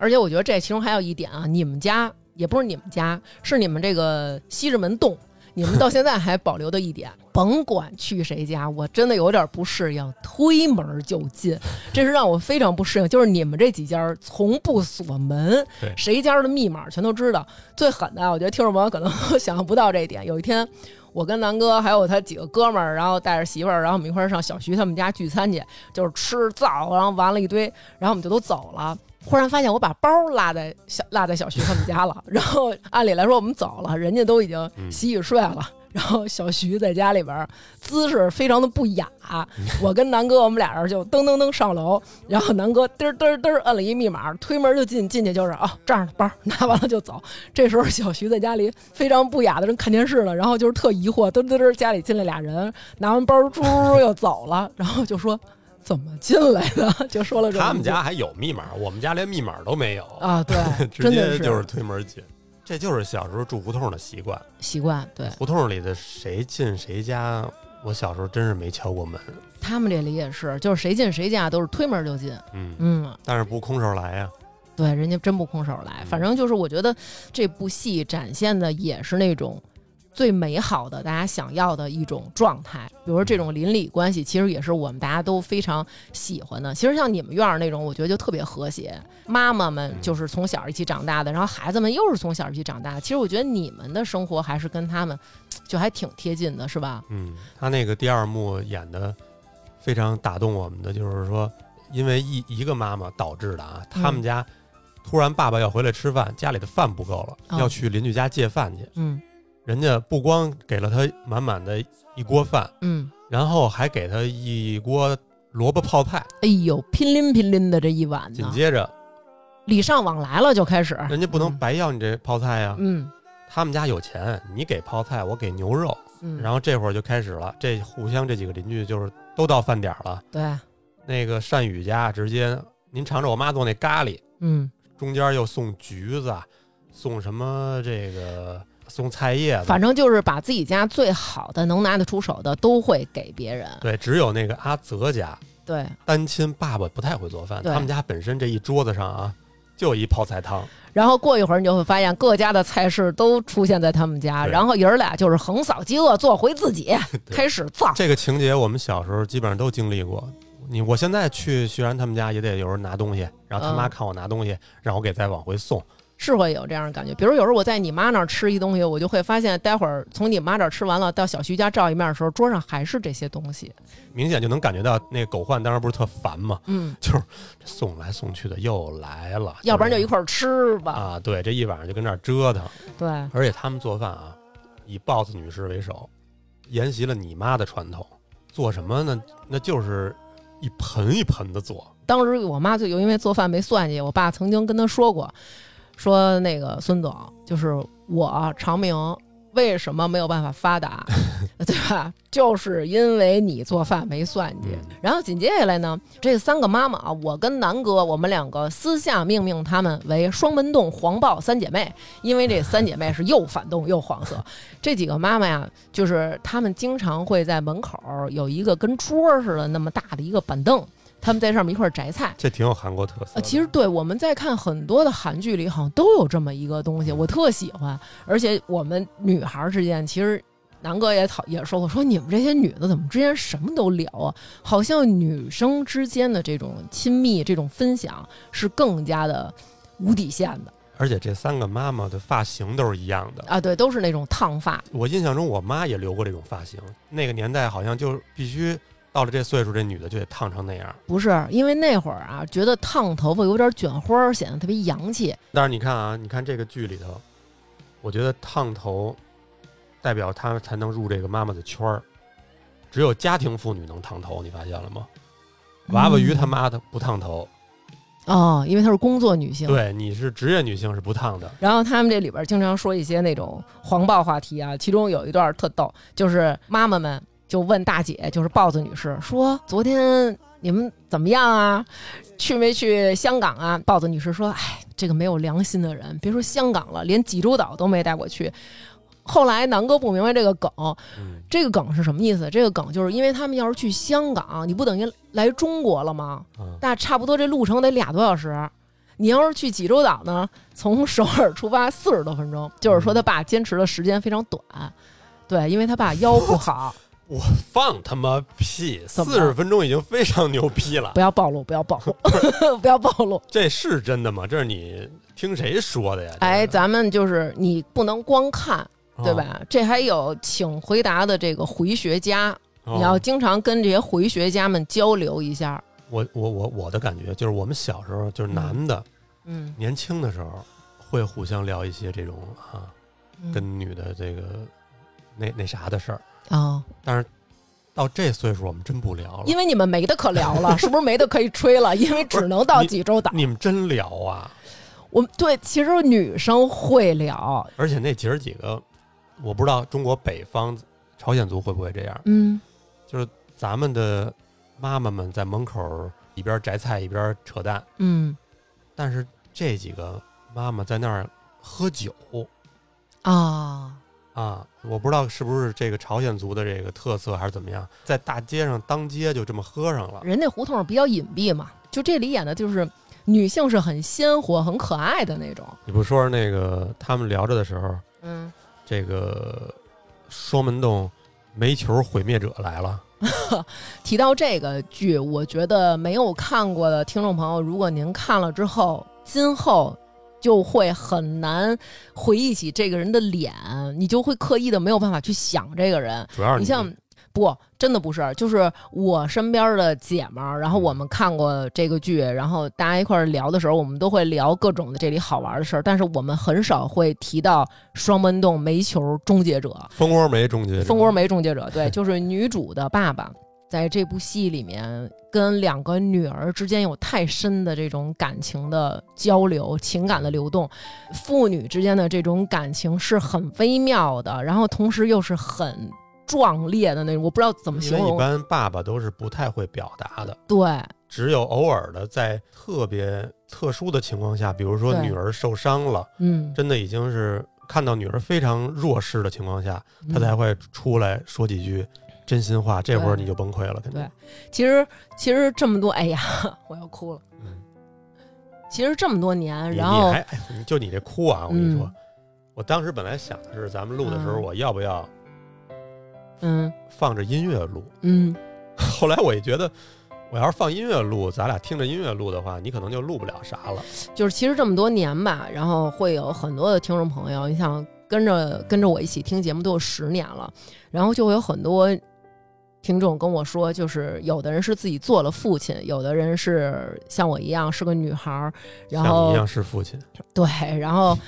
Speaker 1: 而且我觉得这其中还有一点啊，你们家也不是你们家，是你们这个西直门洞，你们到现在还保留的一点，甭管去谁家，我真的有点不适应，推门就进，这是让我非常不适应。就是你们这几家儿从不锁门
Speaker 2: 对，
Speaker 1: 谁家的密码全都知道。最狠的啊，我觉得听众朋友可能 想象不到这一点。有一天，我跟南哥还有他几个哥们儿，然后带着媳妇儿，然后我们一块儿上小徐他们家聚餐去，就是吃灶，然后完了一堆，然后我们就都走了。忽然发现我把包落在小落在小徐他们家了， 然后按理来说我们走了，人家都已经
Speaker 2: 嗯
Speaker 1: 洗洗睡了。然后小徐在家里边儿姿势非常的不雅，我跟南哥我们俩人就噔噔噔上楼，然后南哥嘚儿嘚儿嘚儿摁了一密码，推门就进，进去就是啊、这样的包拿完了就走。这时候小徐在家里非常不雅的人看电视呢，然后就是特疑惑，嘚儿嘚儿嘚儿家里进来俩人，拿完包猪又走了，然后就说怎么进来的，就说了这么
Speaker 2: 他们
Speaker 1: 一句
Speaker 2: 家还有密码，我们家连密码都没有，，
Speaker 1: 啊，对
Speaker 2: 直
Speaker 1: 真的
Speaker 2: 接就是推门进。这就是小时候住胡同的习惯。
Speaker 1: 习惯。对
Speaker 2: 胡同里的谁进谁家，我小时候真是没敲过门。
Speaker 1: 他们这里也是，就是谁进谁家都是推门就进。
Speaker 2: 嗯，嗯
Speaker 1: 嗯，
Speaker 2: 但是不空手来啊呀、
Speaker 1: 对，人家真不空手来。反正就是，我觉得这部戏展现的也是那种最美好的大家想要的一种状态。比如说这
Speaker 2: 嗯
Speaker 1: 种邻里关系，其实也是我们大家都非常喜欢的。其实像你们院儿那种，我觉得就特别和谐。妈妈们
Speaker 2: 嗯
Speaker 1: 就是从小一起长大的，然后孩子们又是从小一起长大的。其实我觉得你们的生活还是跟他们就还挺贴近的，是吧？
Speaker 2: 嗯，他那个第二幕演的非常打动我们的，就是说，因为一一个妈妈导致的啊，他
Speaker 1: 嗯
Speaker 2: 们家突然爸爸要回来吃饭，家里的饭不够了，
Speaker 1: 哦
Speaker 2: 要去邻居家借饭去。
Speaker 1: 嗯
Speaker 2: 人家不光给了他满满的一锅饭，
Speaker 1: 嗯。
Speaker 2: 然后还给他一锅萝卜泡菜。
Speaker 1: 哎呦，拼拎拼拎的这一碗
Speaker 2: 紧
Speaker 1: 呢，
Speaker 2: 接着，
Speaker 1: 礼尚往来了就开始。
Speaker 2: 人家不能白要你这泡菜呀、
Speaker 1: 嗯
Speaker 2: 他们家有钱，你给泡菜，我给牛肉。
Speaker 1: 嗯，
Speaker 2: 然后这会儿就开始了，这互相这几个邻居就是都到饭点儿了。
Speaker 1: 对，
Speaker 2: 那个善宇家直接，您尝尝我妈做那咖喱，
Speaker 1: 嗯，
Speaker 2: 中间又送橘子，送什么这个送菜叶子，
Speaker 1: 反正就是把自己家最好的能拿得出手的都会给别人。
Speaker 2: 对，只有那个阿泽家
Speaker 1: 对，
Speaker 2: 单亲爸爸不太会做饭，
Speaker 1: 对
Speaker 2: 他们家本身这一桌子上啊，就一泡菜汤，
Speaker 1: 然后过一会儿你就会发现各家的菜式都出现在他们家，
Speaker 2: 对
Speaker 1: 然后爷儿俩就是横扫饥饿，做回自己，
Speaker 2: 对
Speaker 1: 开始造。
Speaker 2: 这个情节我们小时候基本上都经历过。你我现在去徐然他们家也得有人拿东西，然后他妈
Speaker 1: 嗯
Speaker 2: 看我拿东西，让我给再往回送。
Speaker 1: 是会有这样的感觉。比如有时候我在你妈那儿吃一东西，我就会发现，待会儿从你妈这儿吃完了，到小徐家照一面的时候，桌上还是这些东西。
Speaker 2: 明显就能感觉到那狗焕当时不是特烦嘛，
Speaker 1: 嗯，
Speaker 2: 就是这送来送去的又来了，
Speaker 1: 要不然就一
Speaker 2: 是
Speaker 1: 块儿吃吧。
Speaker 2: 啊，对，这一晚上就跟那儿折腾。
Speaker 1: 对，
Speaker 2: 而且他们做饭啊，以 boss 女士为首，沿袭了你妈的传统，做什么呢？那就是一盆一盆的做。
Speaker 1: 当时我妈就因为做饭没算计，我爸曾经跟她说过，说那个孙总，就是我长明为什么没有办法发达，对吧？就是因为你做饭没算计。
Speaker 2: 嗯
Speaker 1: 然后紧接下来呢，这三个妈妈啊，我跟南哥，我们两个私下命名他们为双门洞黄豹三姐妹，因为这三姐妹是又反动又黄色。这几个妈妈呀，就是她们经常会在门口有一个跟桌儿似的那么大的一个板凳，她们在上面一块儿摘菜。
Speaker 2: 这挺有韩国特色
Speaker 1: 呃，
Speaker 2: 的。
Speaker 1: 其实对我们在看很多的韩剧里，好像都有这么一个东西，我特喜欢。而且我们女孩儿之间，其实南哥也讨也说过，说你们这些女的怎么之间什么都聊啊？好像女生之间的这种亲密、这种分享是更加的无底线的
Speaker 2: 而且这三个妈妈的发型都是一样的。
Speaker 1: 啊！对，都是那种烫发，
Speaker 2: 我印象中，我妈也留过这种发型。那个年代好像就必须到了这岁数，这女的就得烫成那样。
Speaker 1: 不是因为那会儿啊，觉得烫头发有点卷花儿，显得特别洋气。
Speaker 2: 但是你看啊，你看这个剧里头，我觉得烫头代表她才能入这个妈妈的圈儿，只有家庭妇女能烫头，你发现了吗？娃娃鱼
Speaker 1: 嗯
Speaker 2: 他妈的不烫头，
Speaker 1: 哦，因为她是工作女性，
Speaker 2: 对，你是职业女性是不烫的。
Speaker 1: 然后他们这里边经常说一些那种黄暴话题啊，其中有一段特逗，就是妈妈们就问大姐，就是豹子女士说：“昨天你们怎么样啊？去没去香港啊？”豹子女士说：“哎，这个没有良心的人，别说香港了，连济州岛都没带我去。”后来南哥不明白这个梗，
Speaker 2: 嗯，
Speaker 1: 这个梗是什么意思？这个梗就是因为他们要是去香港，你不等于来中国了吗？
Speaker 2: 嗯
Speaker 1: 那差不多这路程得俩多小时。你要是去济州岛呢，从首尔出发四十多分钟，就是
Speaker 2: 嗯
Speaker 1: 说他爸坚持的时间非常短。对，因为他爸腰不 好，
Speaker 2: 我放他妈屁！
Speaker 1: 怎么
Speaker 2: 四十分钟已经非常牛逼了
Speaker 1: 不，要暴露，不要暴露， 不要暴露。
Speaker 2: 这是真的吗？这是你听谁说的呀？
Speaker 1: 哎，
Speaker 2: 这个
Speaker 1: 咱们就是你不能光看，对？
Speaker 2: 哦
Speaker 1: 吧？这还有请回答的这个回学家，
Speaker 2: 哦
Speaker 1: 你要经常跟这些回学家们交流一下。
Speaker 2: 我我我我的感觉就是，我们小时候就是男的、
Speaker 1: 嗯，
Speaker 2: 年轻的时候，会互相聊一些这种啊
Speaker 1: 嗯
Speaker 2: 跟女的这个那那啥的事儿，
Speaker 1: 哦，
Speaker 2: 但是到这岁数我们真不聊了
Speaker 1: 因。为你们没得可聊了，是不是没得可以吹了？因为只能到
Speaker 2: 不是你
Speaker 1: 济州岛。
Speaker 2: 你们真聊啊！
Speaker 1: 我们对，其实女生会聊，
Speaker 2: 而且那姐儿几个，我不知道中国北方朝鲜族会不会这样，
Speaker 1: 嗯，
Speaker 2: 咱们的妈妈们在门口一边摘菜一边扯淡，
Speaker 1: 嗯
Speaker 2: 但是这几个妈妈在那儿喝酒
Speaker 1: 啊，
Speaker 2: 啊，我不知道是不是这个朝鲜族的这个特色还是怎么样，在大街上当街就这么喝上了。
Speaker 1: 人那胡同比较隐蔽嘛，就这里演的就是女性是很鲜活、很可爱的那种。
Speaker 2: 你不说那个他们聊着的时候，
Speaker 1: 嗯，
Speaker 2: 这个双门洞煤球毁灭者来了，
Speaker 1: 提到这个剧，我觉得没有看过的听众朋友，如果您看了之后，今后。就会很难回忆起这个人的脸，你就会刻意的没有办法去想这个人。
Speaker 2: 主要是
Speaker 1: 你像不，真的不是，就是我身边的姐们儿，然后我们看过这个剧，然后大家一块儿聊的时候，我们都会聊各种的这里好玩的事儿，但是我们很少会提到双门洞煤球终结者、
Speaker 2: 蜂窝煤终结者，
Speaker 1: 蜂窝煤终结者，对，就是女主的爸爸。在这部戏里面，跟两个女儿之间有太深的这种感情的交流、情感的流动，父女之间的这种感情是很微妙的，然后同时又是很壮烈的那种，我不知道怎么
Speaker 2: 因
Speaker 1: 形
Speaker 2: 为一
Speaker 1: 容。
Speaker 2: 般爸爸都是不太会表达的，
Speaker 1: 对，
Speaker 2: 只有偶尔的在特别特殊的情况下，比如说
Speaker 1: 对
Speaker 2: 女儿受伤了，
Speaker 1: 嗯，
Speaker 2: 真的已经是看到女儿非常弱势的情况下，他才
Speaker 1: 嗯
Speaker 2: 会出来说几句真心话。这会儿
Speaker 1: 对
Speaker 2: 你就崩溃了，肯定。嗯
Speaker 1: 对其实其实这么多，哎呀， 我要哭了。
Speaker 2: 嗯，
Speaker 1: 其实这么多年，
Speaker 2: 你
Speaker 1: 然后
Speaker 2: 你还哎你就你这哭啊，我跟你说
Speaker 1: 嗯，
Speaker 2: 我当时本来想的是咱们录的时候
Speaker 1: 嗯
Speaker 2: 我要不要
Speaker 1: 嗯
Speaker 2: 放着音乐录，
Speaker 1: 嗯，
Speaker 2: 后来我也觉得。我要是放音乐录，咱俩听着音乐录的话，你可能就录不了啥了。
Speaker 1: 就是其实这么多年吧，然后会有很多的听众朋友，你想跟着跟着我一起听节目都有十年了，然后就会有很多听众跟我说，就是有的人是自己做了父亲，有的人是像我一样是个女孩儿，然
Speaker 2: 像你
Speaker 1: 后
Speaker 2: 一样是父亲，
Speaker 1: 对，然后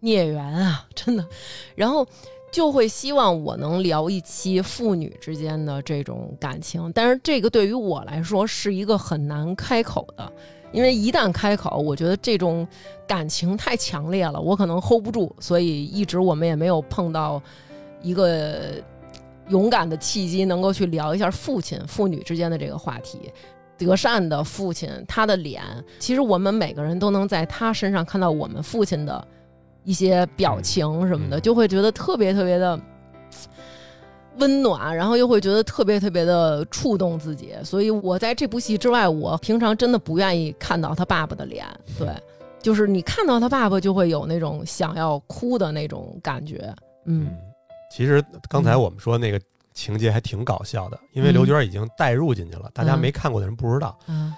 Speaker 1: 孽缘啊，真的，然后就会希望我能聊一期父女之间的这种感情，但是这个对于我来说是一个很难开口的，因为一旦开口，我觉得这种感情太强烈了，我可能 hold 不住，所以一直我们也没有碰到一个。勇敢的契机，能够去聊一下父亲、父女之间的这个话题。德善的父亲，他的脸，其实我们每个人都能在他身上看到我们父亲的一些表情什么的，
Speaker 2: 嗯
Speaker 1: 就会觉得特别特别的温暖，然后又会觉得特别特别的触动自己。所以我在这部戏之外，我平常真的不愿意看到他爸爸的脸，对，
Speaker 2: 嗯
Speaker 1: 就是你看到他爸爸就会有那种想要哭的那种感觉，嗯，
Speaker 2: 其实刚才
Speaker 1: 嗯
Speaker 2: 我们说那个情节还挺搞笑的，因为
Speaker 1: 嗯
Speaker 2: 刘娟已经带入进去了，大家
Speaker 1: 嗯
Speaker 2: 没看过的人不知道，
Speaker 1: 啊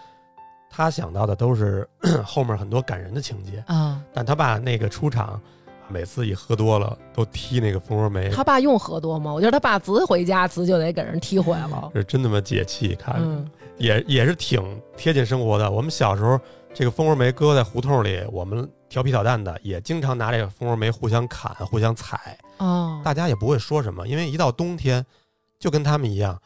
Speaker 2: 她想到的都是 后面很多感人的情节。
Speaker 1: 啊，
Speaker 2: 但她爸那个出场，每次一喝多了都踢那个蜂窝煤，
Speaker 1: 他爸用喝多吗？我觉得他爸直回家直就得给人踢回来了，
Speaker 2: 是真他妈解气，看着、
Speaker 1: 嗯
Speaker 2: 也也是挺贴近生活的。我们小时候这个蜂窝煤搁在胡同里，我们调皮捣蛋的也经常拿这个蜂窝煤互相砍、互相踩，
Speaker 1: 哦，
Speaker 2: 大家也不会说什么，因为一到冬天，就跟他们一样，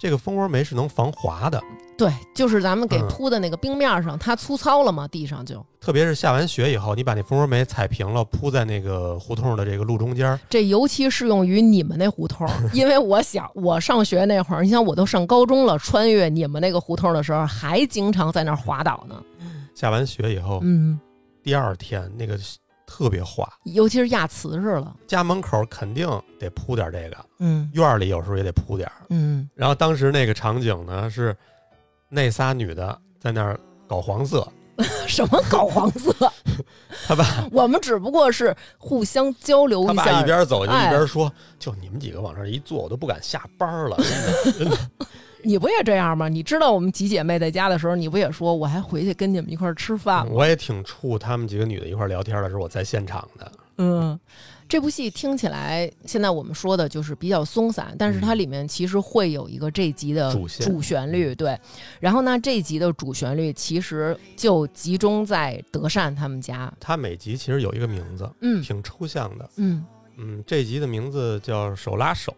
Speaker 2: 这个蜂窝煤是能防滑的，
Speaker 1: 对，就是咱们给
Speaker 2: 嗯
Speaker 1: 铺的那个冰面上，它粗糙了嘛，地上就
Speaker 2: 特别是下完雪以后，你把那蜂窝煤踩平了，铺在那个胡同的这个路中间儿，
Speaker 1: 这尤其适用于你们那胡同儿，因为我想我上学那会儿，你想我都上高中了，穿越你们那个胡同儿的时候，还经常在那儿滑倒呢。
Speaker 2: 下完雪以后，
Speaker 1: 嗯，
Speaker 2: 第二天那个特别滑，
Speaker 1: 尤其是压瓷实了。
Speaker 2: 家门口肯定得铺点这个，
Speaker 1: 嗯
Speaker 2: 院儿里有时候也得铺点儿。
Speaker 1: 嗯
Speaker 2: 然后当时那个场景呢是，那仨女的在那儿搞黄色，
Speaker 1: 什么搞黄色？
Speaker 2: 他爸
Speaker 1: 我们只不过是互相交流
Speaker 2: 他
Speaker 1: 一
Speaker 2: 爸
Speaker 1: 下。
Speaker 2: 一边走就一
Speaker 1: 哎
Speaker 2: 边说：“就你们几个往这儿一坐，我都不敢下班儿了。
Speaker 1: 你不也这样吗？你知道我们几姐妹在家的时候，你不也说我还回去跟你们一块儿吃饭吗？
Speaker 2: 我也挺怵，他们几个女的一块儿聊天的时候，我在现场的。
Speaker 1: 嗯，这部戏听起来现在我们说的就是比较松散，但是它
Speaker 2: 嗯
Speaker 1: 里面其实会有一个这一集的
Speaker 2: 主线嗯
Speaker 1: 主旋律，对。然后呢，这一集的主旋律其实就集中在德善他们家，
Speaker 2: 他每集其实有一个名字，
Speaker 1: 嗯
Speaker 2: 挺抽象的。
Speaker 1: 嗯，
Speaker 2: 嗯，这集的名字叫《手拉手》，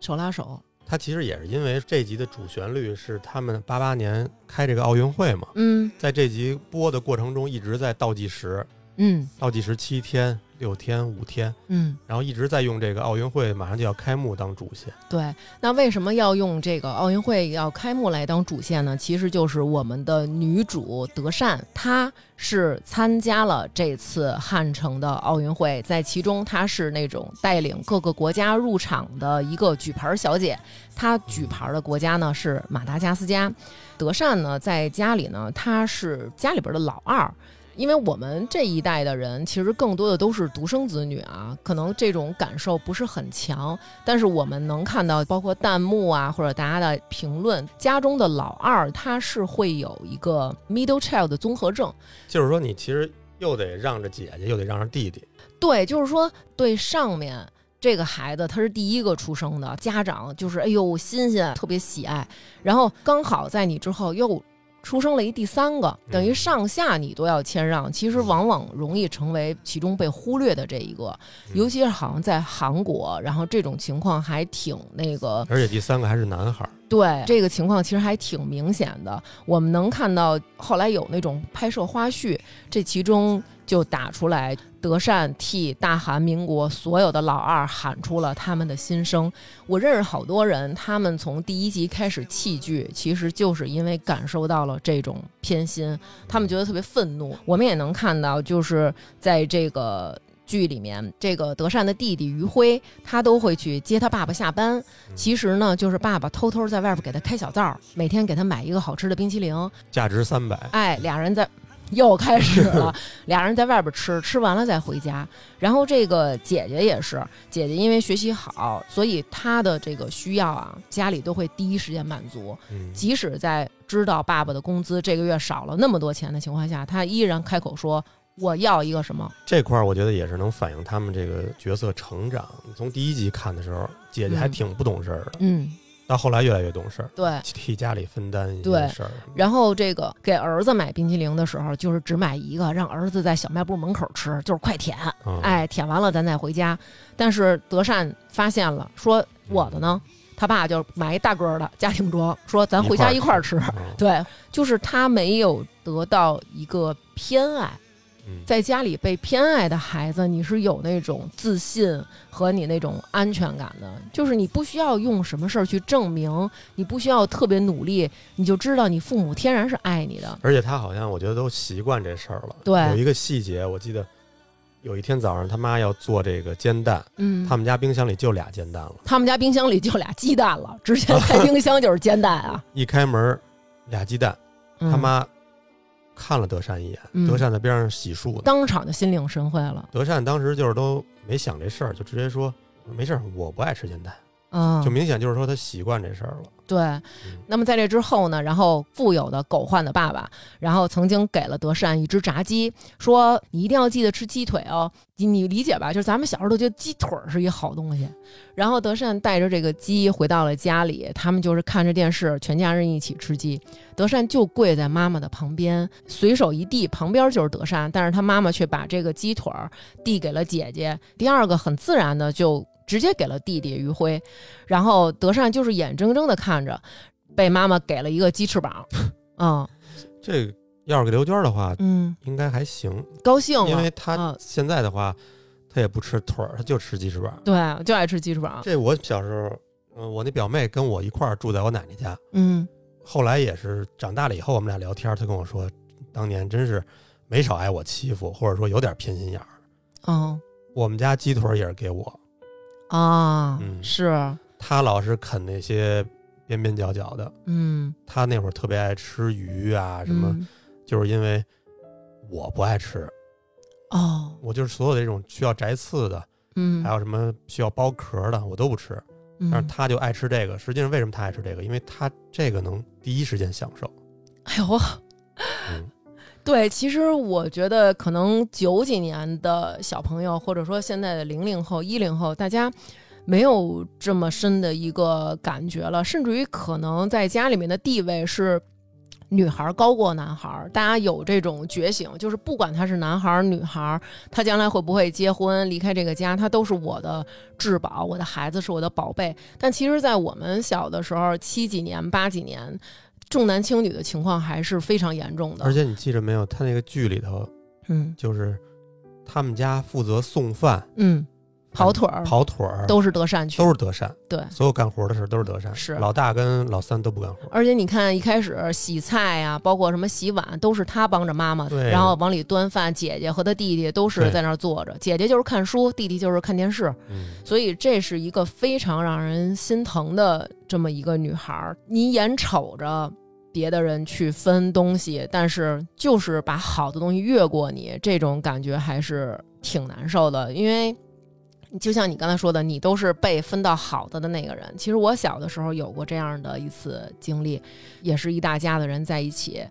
Speaker 1: 手拉手，
Speaker 2: 它其实也是因为这集的主旋律是他们八八年开这个奥运会嘛，
Speaker 1: 嗯
Speaker 2: 在这集播的过程中一直在倒计时，
Speaker 1: 嗯
Speaker 2: 倒计时七天、六天、五天，
Speaker 1: 嗯，
Speaker 2: 然后一直在用这个奥运会马上就要开幕当主线。
Speaker 1: 对。那为什么要用这个奥运会要开幕来当主线呢？其实就是我们的女主德善，她是参加了这次汉城的奥运会，在其中她是那种带领各个国家入场的一个举牌小姐。她举牌的国家呢是马达加斯加。德善呢在家里呢，她是家里边的老二。因为我们这一代的人，其实更多的都是独生子女啊，可能这种感受不是很强。但是我们能看到，包括弹幕啊，或者大家的评论，家中的老二他是会有一个 middle child 的综合症，
Speaker 2: 就是说，你其实又得让着姐姐，又得让着弟弟，
Speaker 1: 对，就是说对上面这个孩子他是第一个出生的，家长就是哎呦新鲜，特别喜爱，然后刚好在你之后又。出生了一第三个，等于
Speaker 2: 嗯
Speaker 1: 上下你都要谦让，其实
Speaker 2: 嗯
Speaker 1: 往往容易成为其中被忽略的这一个，尤其是好像在韩国，然后这种情况还挺那个
Speaker 2: 而且第三个还是男孩儿。
Speaker 1: 对这个情况其实还挺明显的，我们能看到后来有那种拍摄花絮，这其中就打出来德善替大韩民国所有的老二喊出了他们的心声。我认识好多人，他们从第一集开始弃剧，其实就是因为感受到了这种偏心，他们觉得特别愤怒。我们也能看到，就是在这个。剧里面，这个德善的弟弟余辉，他都会去接他爸爸下班。其实呢，就是爸爸偷偷在外边给他开小灶儿，每天给他买一个好吃的冰淇淋。
Speaker 2: 价值三百，
Speaker 1: 哎，俩人在又开始了，俩人在外边吃，吃完了再回家。然后这个姐姐也是，姐姐因为学习好，所以她的这个需要啊，家里都会第一时间满足。
Speaker 2: 嗯，
Speaker 1: 即使在知道爸爸的工资这个月少了那么多钱的情况下，她依然开口说我要一个什么。
Speaker 2: 这块儿我觉得也是能反映他们这个角色成长。从第一集看的时候，姐姐还
Speaker 1: 嗯
Speaker 2: 挺不懂事儿的，
Speaker 1: 嗯，
Speaker 2: 到后来越来越懂事儿，
Speaker 1: 对。
Speaker 2: 替家里分担一
Speaker 1: 对
Speaker 2: 些事儿什么的。
Speaker 1: 然后这个给儿子买冰淇淋的时候，就是只买一个，让儿子在小卖部门口吃，就是快舔。
Speaker 2: 嗯，
Speaker 1: 哎，舔完了咱再回家。但是德善发现了，说我的呢，他爸就买一大个儿的家庭装，说咱回家一
Speaker 2: 一
Speaker 1: 块
Speaker 2: 块
Speaker 1: 儿
Speaker 2: 儿
Speaker 1: 吃。
Speaker 2: 嗯，
Speaker 1: 对，就是他没有得到一个偏爱，
Speaker 2: 嗯
Speaker 1: 在家里被偏爱的孩子，你是有那种自信和你那种安全感的，就是你不需要用什么事儿去证明，你不需要特别努力，你就知道你父母天然是爱你的。
Speaker 2: 而且他好像我觉得都习惯这事儿了。
Speaker 1: 对
Speaker 2: 有一个细节，我记得有一天早上他妈要做这个煎蛋，
Speaker 1: 嗯，
Speaker 2: 他们家冰箱里就俩煎蛋了，
Speaker 1: 他们家冰箱里就俩鸡蛋了，直 接开冰箱就是煎蛋啊。
Speaker 2: 一开门儿俩鸡蛋，
Speaker 1: 嗯
Speaker 2: 他妈看了德善一眼，
Speaker 1: 嗯
Speaker 2: 德善在边上洗漱呢。
Speaker 1: 当场就心领神会了
Speaker 2: 德善当时就是都没想这事儿，就直接说没事儿，我不爱吃煎蛋，
Speaker 1: 啊、
Speaker 2: 就明显就是说他习惯这事儿了。
Speaker 1: 对。
Speaker 2: 嗯
Speaker 1: 那么在这之后呢，然后富有的狗焕的爸爸，然后曾经给了德善一只炸鸡，说你一定要记得吃鸡腿哦。你你理解吧？就是咱们小时候都觉得鸡腿儿是一好东西。然后德善带着这个鸡回到了家里，他们就是看着电视，全家人一起吃鸡。德善就跪在妈妈的旁边，随手一递，旁边就是德善，但是他妈妈却把这个鸡腿儿递给了姐姐。第二个很自然的就直接给了弟弟余辉，然后德善就是眼睁睁的看着被妈妈给了一个鸡翅 膀，嗯
Speaker 2: 这要是给刘娟儿的话，
Speaker 1: 嗯，
Speaker 2: 应该还行，
Speaker 1: 高兴
Speaker 2: 因为
Speaker 1: 了，
Speaker 2: 她
Speaker 1: 嗯
Speaker 2: 现在的话，她也不吃腿儿，她就吃鸡翅膀。
Speaker 1: 对，就爱吃鸡翅膀，
Speaker 2: 这我小时候，嗯、我那表妹跟我一块儿住在我奶奶家，
Speaker 1: 嗯
Speaker 2: 后来也是长大了以后，我们俩聊天，她跟我说，当年真是没少挨我欺负，或者说有点偏心眼儿。
Speaker 1: 哦
Speaker 2: 我们家鸡腿儿也是给我，
Speaker 1: 啊，
Speaker 2: 嗯
Speaker 1: 是，
Speaker 2: 她老是啃那些边边角角的。
Speaker 1: 嗯，
Speaker 2: 她那会儿特别爱吃鱼啊，什么，
Speaker 1: 嗯
Speaker 2: 就是因为我不爱吃，
Speaker 1: 哦，
Speaker 2: 我就是所有的这种需要摘刺的，
Speaker 1: 嗯，
Speaker 2: 还有什么需要剥壳的，我都不吃。
Speaker 1: 嗯
Speaker 2: 但是他就爱吃这个。实际上，为什么他爱吃这个？因为他这个能第一时间享受。
Speaker 1: 哎呦，我
Speaker 2: 嗯，
Speaker 1: 对，其实我觉得可能九几年的小朋友，或者说现在的零零后、一零后，大家没有这么深的一个感觉了，甚至于可能在家里面的地位是。女孩高过男孩，大家有这种觉醒，就是不管他是男孩女孩，他将来会不会结婚、离开这个家，他都是我的至宝，我的孩子是我的宝贝。但其实，在我们小的时候，七几年、八几年，重男轻女的情况还是非常严重的。
Speaker 2: 而且你记着没有？他那个剧里头
Speaker 1: 嗯
Speaker 2: 就是他们家负责送饭、
Speaker 1: 嗯，跑腿儿
Speaker 2: 跑腿儿，
Speaker 1: 都是德善去
Speaker 2: 都，是德善，
Speaker 1: 对。
Speaker 2: 所有干活的事儿都是德善。
Speaker 1: 是
Speaker 2: 老大跟老三都不干活。
Speaker 1: 而且你看，一开始洗菜呀、包括什么洗碗，都是他帮着妈妈，
Speaker 2: 对
Speaker 1: 然后往里端饭。姐姐和他弟弟都是
Speaker 2: 对
Speaker 1: 在那儿坐着，姐姐就是看书，弟弟就是看电视。
Speaker 2: 嗯，
Speaker 1: 所以这是一个非常让人心疼的这么一个女孩儿。你眼瞅着别的人去分东西，但是就是把好的东西越过你，这种感觉还是挺难受的，因为。就像你刚才说的，你都是被分到好的的那个人。其实我小的时候有过这样的一次经历，也是一大家子人在一起，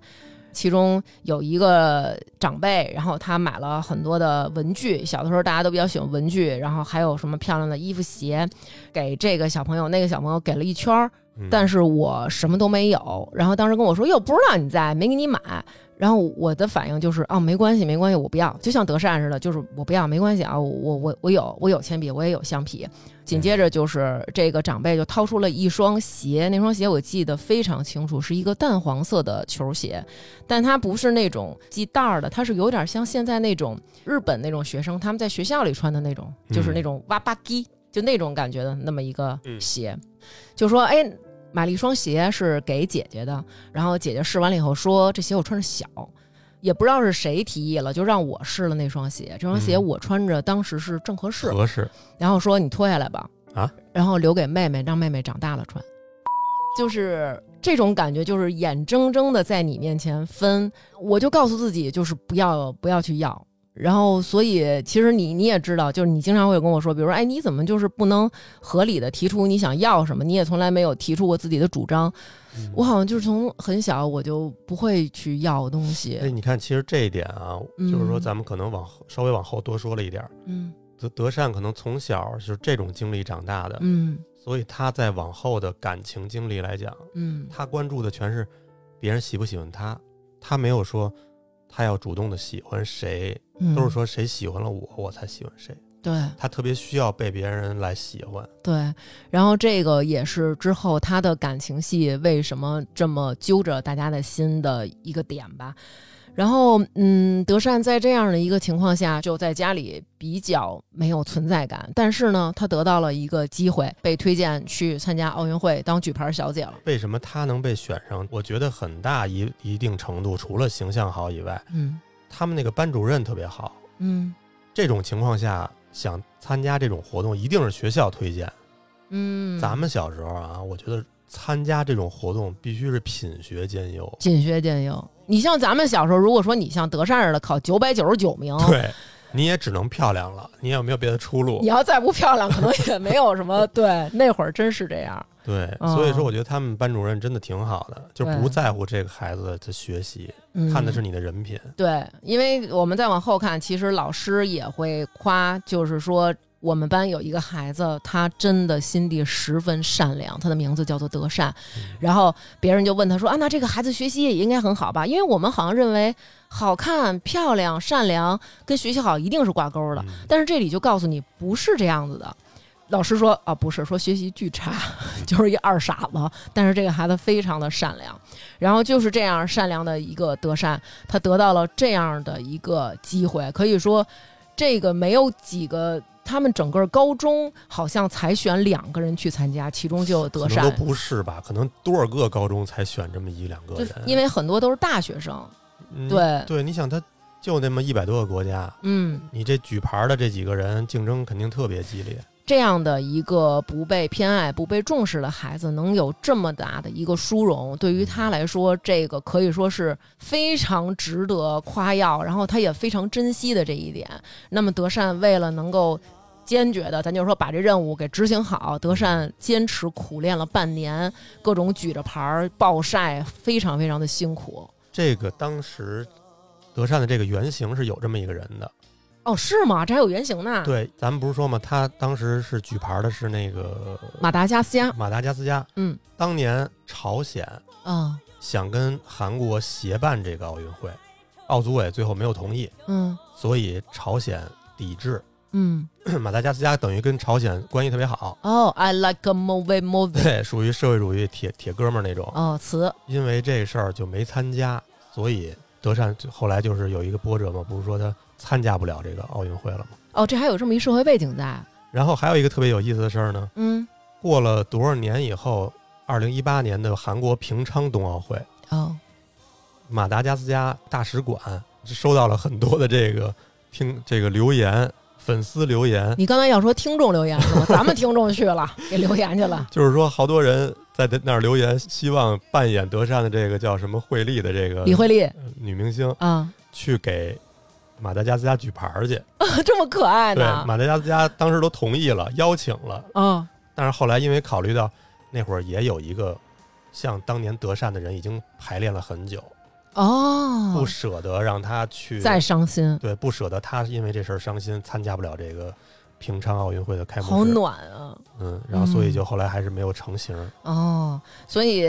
Speaker 1: 其中有一个长辈，然后他买了很多的文具。小的时候大家都比较喜欢文具，然后还有什么漂亮的衣服、鞋，给这个小朋友、那个小朋友给了一圈儿，
Speaker 2: 嗯
Speaker 1: 但是我什么都没有。然后当时跟我说：“哟，不知道你在，没给你买。”然后我的反应就是：“哦，没关系，没关系，我不要。”就像德善似的，就是我不要，没关系啊，我我我有我有铅笔，我也有橡皮。紧接着就是这个长辈就掏出了一双鞋，那双鞋我记得非常清楚，是一个淡黄色的球鞋，但它不是那种系带儿的，它是有点像现在那种日本那种学生他们在学校里穿的那种，就是那种哇吧唧，就那种感觉的那么一个
Speaker 2: 嗯
Speaker 1: 鞋。就说：“哎，买了一双鞋是给姐姐的。”然后姐姐试完了以后说：“这鞋我穿着小。”也不知道是谁提议了，就让我试了那双鞋。这双鞋
Speaker 2: 嗯
Speaker 1: 我穿着当时是正合适，
Speaker 2: 合适。
Speaker 1: 然后说你脱下来吧，
Speaker 2: 啊，
Speaker 1: 然后留给妹妹，让妹妹长大了穿。就是这种感觉，就是眼睁睁的在你面前分，我就告诉自己，就是不要不要去要。然后，所以其实你你也知道，就是你经常会跟我说，比如说，哎，你怎么就是不能合理的提出你想要什么？你也从来没有提出过自己的主张。
Speaker 2: 嗯
Speaker 1: 我好像就是从很小我就不会去要东西
Speaker 2: 哎，，你看，其实这一点啊，就是说
Speaker 1: 嗯
Speaker 2: 咱们可能往后稍微往后多说了一点儿。
Speaker 1: 嗯
Speaker 2: 德德善可能从小就是这种经历长大的，
Speaker 1: 嗯
Speaker 2: 所以他在往后的感情经历来讲，
Speaker 1: 嗯
Speaker 2: 他关注的全是别人喜不喜欢他，他没有说他要主动的喜欢谁，
Speaker 1: 嗯，
Speaker 2: 都是说谁喜欢了我，我才喜欢谁。
Speaker 1: 对。
Speaker 2: 他特别需要被别人来喜欢。
Speaker 1: 对，然后这个也是之后他的感情戏为什么这么揪着大家的心的一个点吧。然后，嗯，德善在这样的一个情况下，就在家里比较没有存在感。但是呢，他得到了一个机会，被推荐去参加奥运会当举牌小姐了。
Speaker 2: 为什么他能被选上？我觉得很大一一定程度，除了形象好以外，
Speaker 1: 嗯
Speaker 2: 他们那个班主任特别好。
Speaker 1: 嗯
Speaker 2: 这种情况下，想参加这种活动，一定是学校推荐。
Speaker 1: 嗯，
Speaker 2: 咱们小时候啊，我觉得参加这种活动必须是品学兼优。
Speaker 1: 品学兼优。你像咱们小时候，如果说你像德善似的考九百九十九名，
Speaker 2: 对，你也只能漂亮了，你也没有别的出路
Speaker 1: 你。要再不漂亮，可能也没有什 么。对，那会儿真是这样。
Speaker 2: 对，
Speaker 1: 嗯
Speaker 2: 所以说我觉得他们班主任真的挺好的，就
Speaker 1: 对
Speaker 2: 不在乎这个孩子的学习，
Speaker 1: 嗯、
Speaker 2: 看的是你的人品。
Speaker 1: 对，因为我们再往后看，其实老师也会夸，就是说我们班有一个孩子，他真的心地十分善良，他的名字叫做德善。然后别人就问他说：“啊，那这个孩子学习也应该很好吧？因为我们好像认为好看、漂亮、善良跟学习好一定是挂钩的，
Speaker 2: 嗯
Speaker 1: 但是这里就告诉你不是这样子的。”老师说啊，不是说学习巨差， 就是一二傻子。但是这个孩子非常的善良，然后就是这样善良的一个德善，他得到了这样的一个机会，可以说，这个没有几个，他们整个高中好像才选两个人去参加，其中就有德
Speaker 2: 可能都
Speaker 1: 善，
Speaker 2: 不是吧？可能多少个高中才选这么一两个
Speaker 1: 就
Speaker 2: 人？
Speaker 1: 因为很多都是大学生，
Speaker 2: 嗯
Speaker 1: 对
Speaker 2: 对，你想他就那么一百多个国家，
Speaker 1: 嗯，
Speaker 2: 你这举牌的这几个人竞争肯定特别激烈。
Speaker 1: 这样的一个不被偏爱、不被重视的孩子，能有这么大的一个殊荣，对于他来说，这个可以说是非常值得夸耀，然后他也非常珍惜的这一点。那么德善为了能够。坚决的，咱就说把这任务给执行好。德善坚持苦练了半年，各种举着牌儿暴晒，非常非常的辛苦。
Speaker 2: 这个当时德善的这个原型是有这么一个人的，
Speaker 1: 哦，是吗？这还有原型呢？，
Speaker 2: 对，咱们不是说吗？他当时是举牌的是那个
Speaker 1: 马达加斯加。
Speaker 2: 马达加斯加，
Speaker 1: 嗯，
Speaker 2: 当年朝鲜
Speaker 1: 嗯
Speaker 2: 想跟韩国协办这个奥运会，奥组委最后没有同意，
Speaker 1: 嗯
Speaker 2: 所以朝鲜抵制
Speaker 1: 嗯。
Speaker 2: 马达加斯加，等于跟朝鲜关系特别好，
Speaker 1: 哦、i like a movie movie。
Speaker 2: 对，属于社会主义铁铁哥们儿那种。
Speaker 1: 哦，词，
Speaker 2: 因为这事儿就没参加，所以德善就后来就是有一个波折嘛，不是说他参加不了这个奥运会了吗？
Speaker 1: 哦，这还有这么一社会背景在，啊
Speaker 2: 然后还有一个特别有意思的事儿呢，
Speaker 1: 嗯，
Speaker 2: 过了多少年以后，二零一八年的韩国平昌冬奥会，
Speaker 1: 哦，
Speaker 2: 马达加斯加大使馆收到了很多的这个听 这个留言，粉丝留言，
Speaker 1: 你刚才要说听众留言是吧？咱们听众去了，给留言去了，
Speaker 2: 就是说好多人在那儿留言，希望扮演德善的这个叫什么惠利的这个
Speaker 1: 李慧丽
Speaker 2: 呃女明星
Speaker 1: 啊、
Speaker 2: 去给马达加斯加举牌儿去。
Speaker 1: 这么可爱
Speaker 2: 对，
Speaker 1: 呢，
Speaker 2: 马达加斯加当时都同意了，邀请了，
Speaker 1: 哦，
Speaker 2: 但是后来因为考虑到那会儿也有一个像当年德善的人已经排练了很久，不
Speaker 1: 哦，
Speaker 2: 舍得让他去，
Speaker 1: 再伤心，
Speaker 2: 对，不舍得他因为这事儿伤心，参加不了这个平昌奥运会的开幕式，
Speaker 1: 好暖啊，
Speaker 2: 嗯，然后所以
Speaker 1: 嗯
Speaker 2: 就后来还是没有成型。嗯
Speaker 1: 哦，所以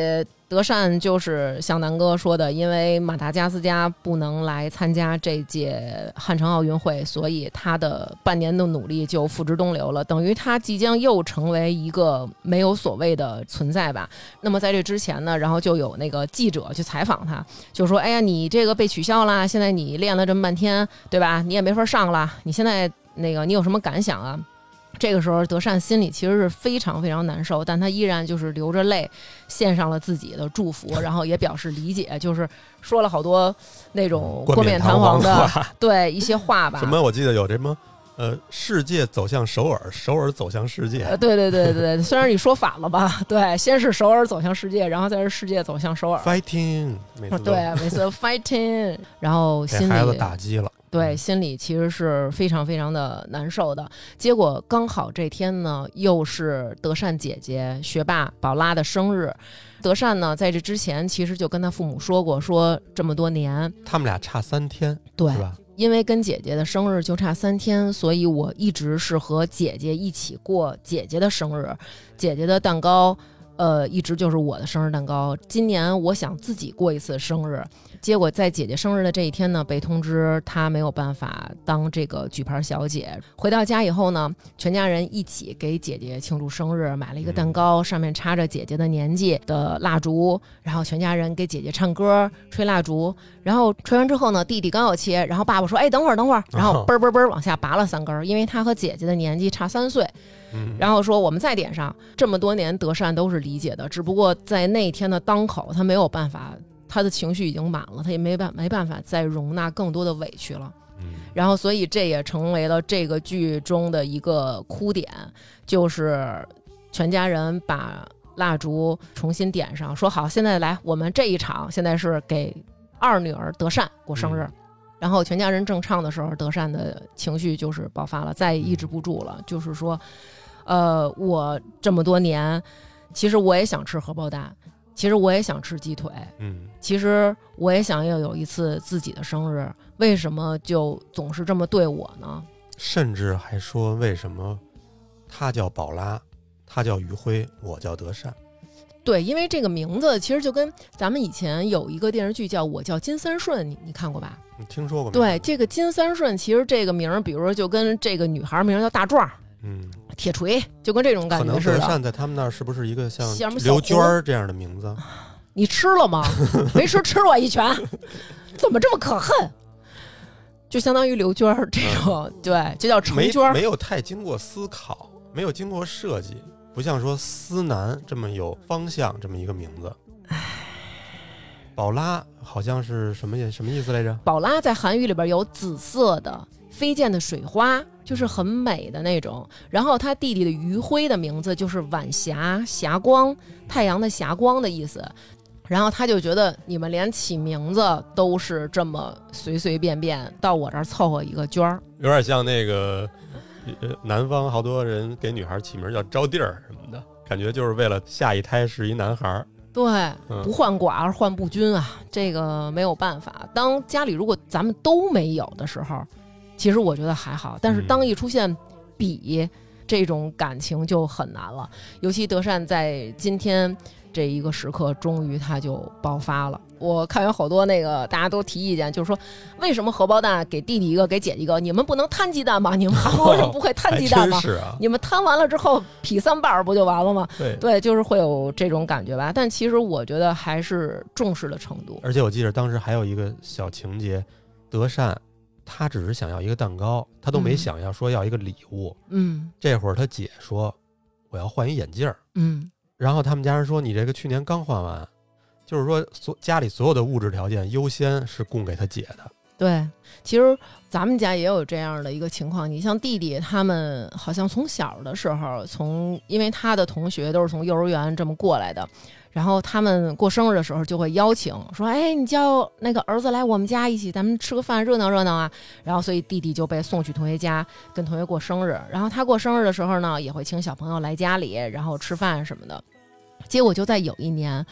Speaker 1: 德善就是像南哥说的，因为马达加斯加不能来参加这届汉城奥运会，所以他的半年的努力就付之东流了，等于他即将又成为一个没有所谓的存在吧。那么在这之前呢，然后就有那个记者去采访他，就说：“哎呀，你这个被取消啦，现在你练了这么半天，对吧？你也没法上了，你现在那个你有什么感想啊？”这个时候，德善心里其实是非常非常难受，但他依然就是流着泪，献上了自己的祝福，然后也表示理解，就是说了好多那种
Speaker 2: 嗯冠
Speaker 1: 冠冕
Speaker 2: 冕
Speaker 1: 堂
Speaker 2: 皇
Speaker 1: 皇的
Speaker 2: 话
Speaker 1: 对一些话吧。
Speaker 2: 什么？我记得有什么呃，世界走向首尔，首尔走向世界。
Speaker 1: 呃，对对对对，对 虽然你说反了吧， 对，先是首尔走向世界，然后再是世界走向首尔，
Speaker 2: Fighting，每次都
Speaker 1: 哦对，每次 fighting，然后
Speaker 2: 给
Speaker 1: 心
Speaker 2: 孩子
Speaker 1: 里
Speaker 2: 打击了，
Speaker 1: 对，
Speaker 2: 嗯
Speaker 1: 心里其实是非常非常的难受的。结果刚好这天呢，又是德善姐姐学霸宝拉的生日。德善呢，在这之前其实就跟他父母说过，说这么多年，
Speaker 2: 他们俩差三天，
Speaker 1: 对
Speaker 2: 是，吧？
Speaker 1: 因为跟姐姐的生日就差三天，所以我一直是和姐姐一起过姐姐的生日，姐姐的蛋糕。呃，一直就是我的生日蛋糕。今年我想自己过一次生日，结果在姐姐生日的这一天呢，被通知她没有办法当这个举牌小姐。回到家以后呢，全家人一起给姐姐庆祝生日，买了一个蛋糕，上面插着姐姐的年纪的蜡烛，然后全家人给姐姐唱歌、吹蜡烛，然后吹完之后呢，弟弟刚要切，然后爸爸说：“哎，等会儿，等会儿。”然后嘣儿嘣儿嘣儿往下拔了三根儿，因为他和姐姐的年纪差三岁。
Speaker 2: 嗯，
Speaker 1: 然后说我们再点上，这么多年德善都是理解的，只不过在那一天的当口，他没有办法，他的情绪已经满了，他也没办没办法再容纳更多的委屈了。
Speaker 2: 嗯
Speaker 1: 然后，所以这也成为了这个剧中的一个哭点，就是全家人把蜡烛重新点上，说好，现在来，我们这一场现在是给二女儿德善过生日。
Speaker 2: 嗯
Speaker 1: 然后全家人正唱的时候，德善的情绪就是爆发了，再也抑制不住了，就是说，呃，我这么多年，其实我也想吃荷包蛋，其实我也想吃鸡腿，
Speaker 2: 嗯，
Speaker 1: 其实我也想要有一次自己的生日，为什么就总是这么对我呢？
Speaker 2: 甚至还说为什么他叫宝拉，他叫余晖，我叫德善，
Speaker 1: 对，因为这个名字其实就跟咱们以前有一个电视剧叫《我叫金三顺》，你你看过吧？
Speaker 2: 你听说过没？
Speaker 1: 对，，这个金三顺其实这个名儿，比如说就跟这个女孩儿名儿叫大壮儿、
Speaker 2: 嗯，
Speaker 1: 铁锤，就跟这种
Speaker 2: 可
Speaker 1: 感觉
Speaker 2: 能
Speaker 1: 似
Speaker 2: 德
Speaker 1: 的。
Speaker 2: 善在他们那儿是不是一个像
Speaker 1: 像什么小
Speaker 2: 刘娟
Speaker 1: 红
Speaker 2: 儿这样的 名字？
Speaker 1: 你吃了吗？ 没吃，吃我一拳！怎么这么可恨？就相当于刘娟儿这种，对，就叫程
Speaker 2: 嗯没
Speaker 1: 娟儿。
Speaker 2: 没有太经过思考，没有经过设计，不像说思南这么有方向这么一个名字。宝拉好像是什么意什么意思来着？
Speaker 1: 宝拉在韩语里边有紫色的飞溅的水花，就是很美的那种。然后他弟弟的余晖的名字就是晚霞、霞光、太阳的霞光的意思。然后他就觉得你们连起名字都是这么随随便便，到我这儿凑合一个娟儿。
Speaker 2: 有点像那个呃南方好多人给女孩起名叫招娣儿什么的，感觉就是为了下一胎是一男孩儿。
Speaker 1: 对，
Speaker 2: 嗯
Speaker 1: 不患寡而患不均啊，这个没有办法。当家里如果咱们都没有的时候，其实我觉得还好，但是当一出现比、这种感情就很难了。尤其德善在今天这一个时刻，终于他就爆发了。我看有好多那个大家都提意见，就是说为什么荷包蛋给弟弟一个，给姐姐一个？你们不能摊鸡蛋吗？你们韩国人不会摊
Speaker 2: 还
Speaker 1: 鸡蛋
Speaker 2: 真
Speaker 1: 吗？
Speaker 2: 是啊，
Speaker 1: 你们摊完了之后 劈三瓣儿不就完了吗？
Speaker 2: 对。
Speaker 1: 对，就是会有这种感觉吧。但其实我觉得还是重视的程度。
Speaker 2: 而且我记得当时还有一个小情节，德善他只是想要一个蛋糕，他都没
Speaker 1: 嗯
Speaker 2: 想要说要一个礼物。
Speaker 1: 嗯
Speaker 2: 这会儿他姐说我要换一眼镜儿，
Speaker 1: 嗯，
Speaker 2: 然后他们家人说你这个去年刚换完，就是说所家里所有的物质条件优先是供给他姐的。
Speaker 1: 对。其实咱们家也有这样的一个情况。你像弟弟他们，好像从小的时候，从因为他的同学都是从幼儿园这么过来的。然后他们过生日的时候就会邀请说：“哎，你叫那个儿子来我们家一起，咱们吃个饭热闹热闹啊。”然后所以弟弟就被送去同学家跟同学过生日。然后他过生日的时候呢，也会请小朋友来家里，然后吃饭什么的。结果就在有一年，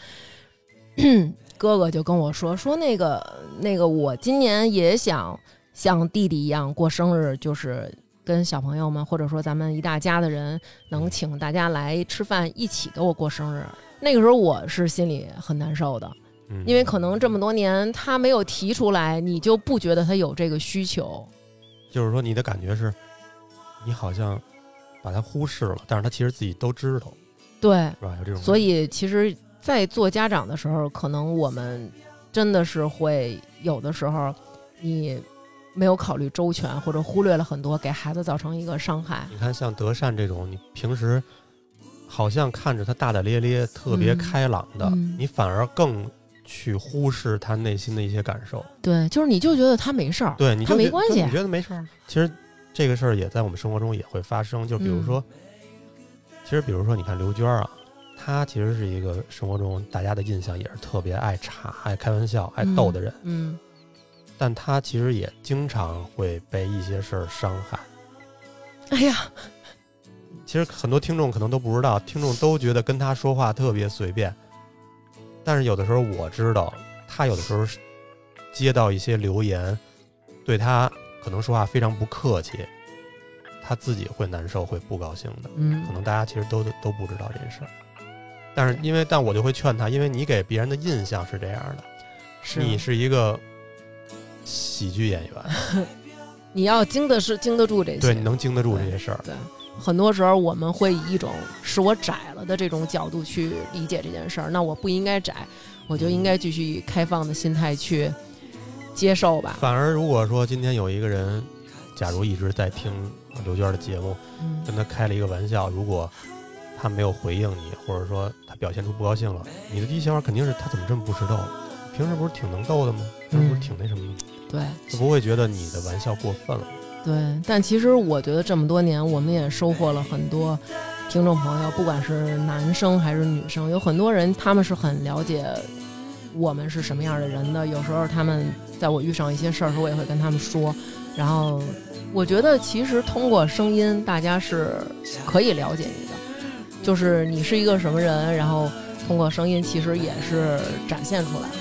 Speaker 1: 哥哥就跟我说说那个那个，我今年也想像弟弟一样过生日，就是。跟小朋友们，或者说咱们一大家的人，能请大家来吃饭，一起给我过生日。那个时候我是心里很难受的，
Speaker 2: 嗯，
Speaker 1: 因为可能这么多年他没有提出来，你就不觉得他有这个需求。
Speaker 2: 就是说你的感觉是，你好像把他忽视了，但是他其实自己都知道，
Speaker 1: 对，
Speaker 2: 是吧？有这种
Speaker 1: 所以其实，在做家长的时候，可能我们真的是会有的时候，你没有考虑周全，或者忽略了很多，给孩子造成一个伤害。
Speaker 2: 你看，像德善这种，你平时好像看着他大大咧咧、特别
Speaker 1: 嗯
Speaker 2: 开朗的，
Speaker 1: 嗯
Speaker 2: 你反而更去忽视他内心的一些感受。
Speaker 1: 对，就是你就觉得他没事儿，
Speaker 2: 对，你
Speaker 1: 他
Speaker 2: 就
Speaker 1: 没
Speaker 2: 觉
Speaker 1: 关
Speaker 2: 对
Speaker 1: 系啊
Speaker 2: 你觉得没事儿。其实这个事儿也在我们生活中也会发生，就比如
Speaker 1: 嗯
Speaker 2: 说，其实比如说，你看刘娟儿啊，她其实是一个生活中大家的印象也是特别爱茬、爱开玩笑、爱逗的人，
Speaker 1: 嗯，
Speaker 2: 但她其实也经常会被一些事儿伤害。
Speaker 1: 哎呀，
Speaker 2: 其实很多听众可能都不知道，听众都觉得跟她说话特别随便，但是有的时候我知道，她有的时候是接到一些留言，对她可能说话非常不客气，她自己会难受，会不高兴的。
Speaker 1: 嗯
Speaker 2: 可，能大家其实都都不知道这件事儿，但是因为但我就会劝她，因为你给别人的印象是这样的，
Speaker 1: 是啊
Speaker 2: 你是一个喜剧演员，
Speaker 1: 你要经得是经得住这些，
Speaker 2: 对，你能经得住这些事儿，
Speaker 1: 对，很多时候我们会以一种是我窄了的这种角度去理解这件事儿，那我不应该窄，我
Speaker 2: 嗯
Speaker 1: 就应该继续以开放的心态去接受吧。
Speaker 2: 反而如果说今天有一个人，假如一直在听刘娟的节目，
Speaker 1: 嗯，
Speaker 2: 跟他开了一个玩笑，如果他没有回应你，或者说他表现出不高兴了，你的第一想法肯定是他怎么这么不知道？平时不是挺能逗的吗？平
Speaker 1: 嗯
Speaker 2: 时不是挺那什么的吗？
Speaker 1: 对
Speaker 2: 他不会觉得你的玩笑过分了。
Speaker 1: 对，但其实我觉得这么多年，我们也收获了很多听众朋友，不管是男生还是女生，有很多人他们是很了解我们是什么样的人的。有时候他们在我遇上一些事儿的时候，我也会跟他们说。然后我觉得，其实通过声音，大家是可以了解你的，就是你是一个什么人，然后通过声音其实也是展现出来的。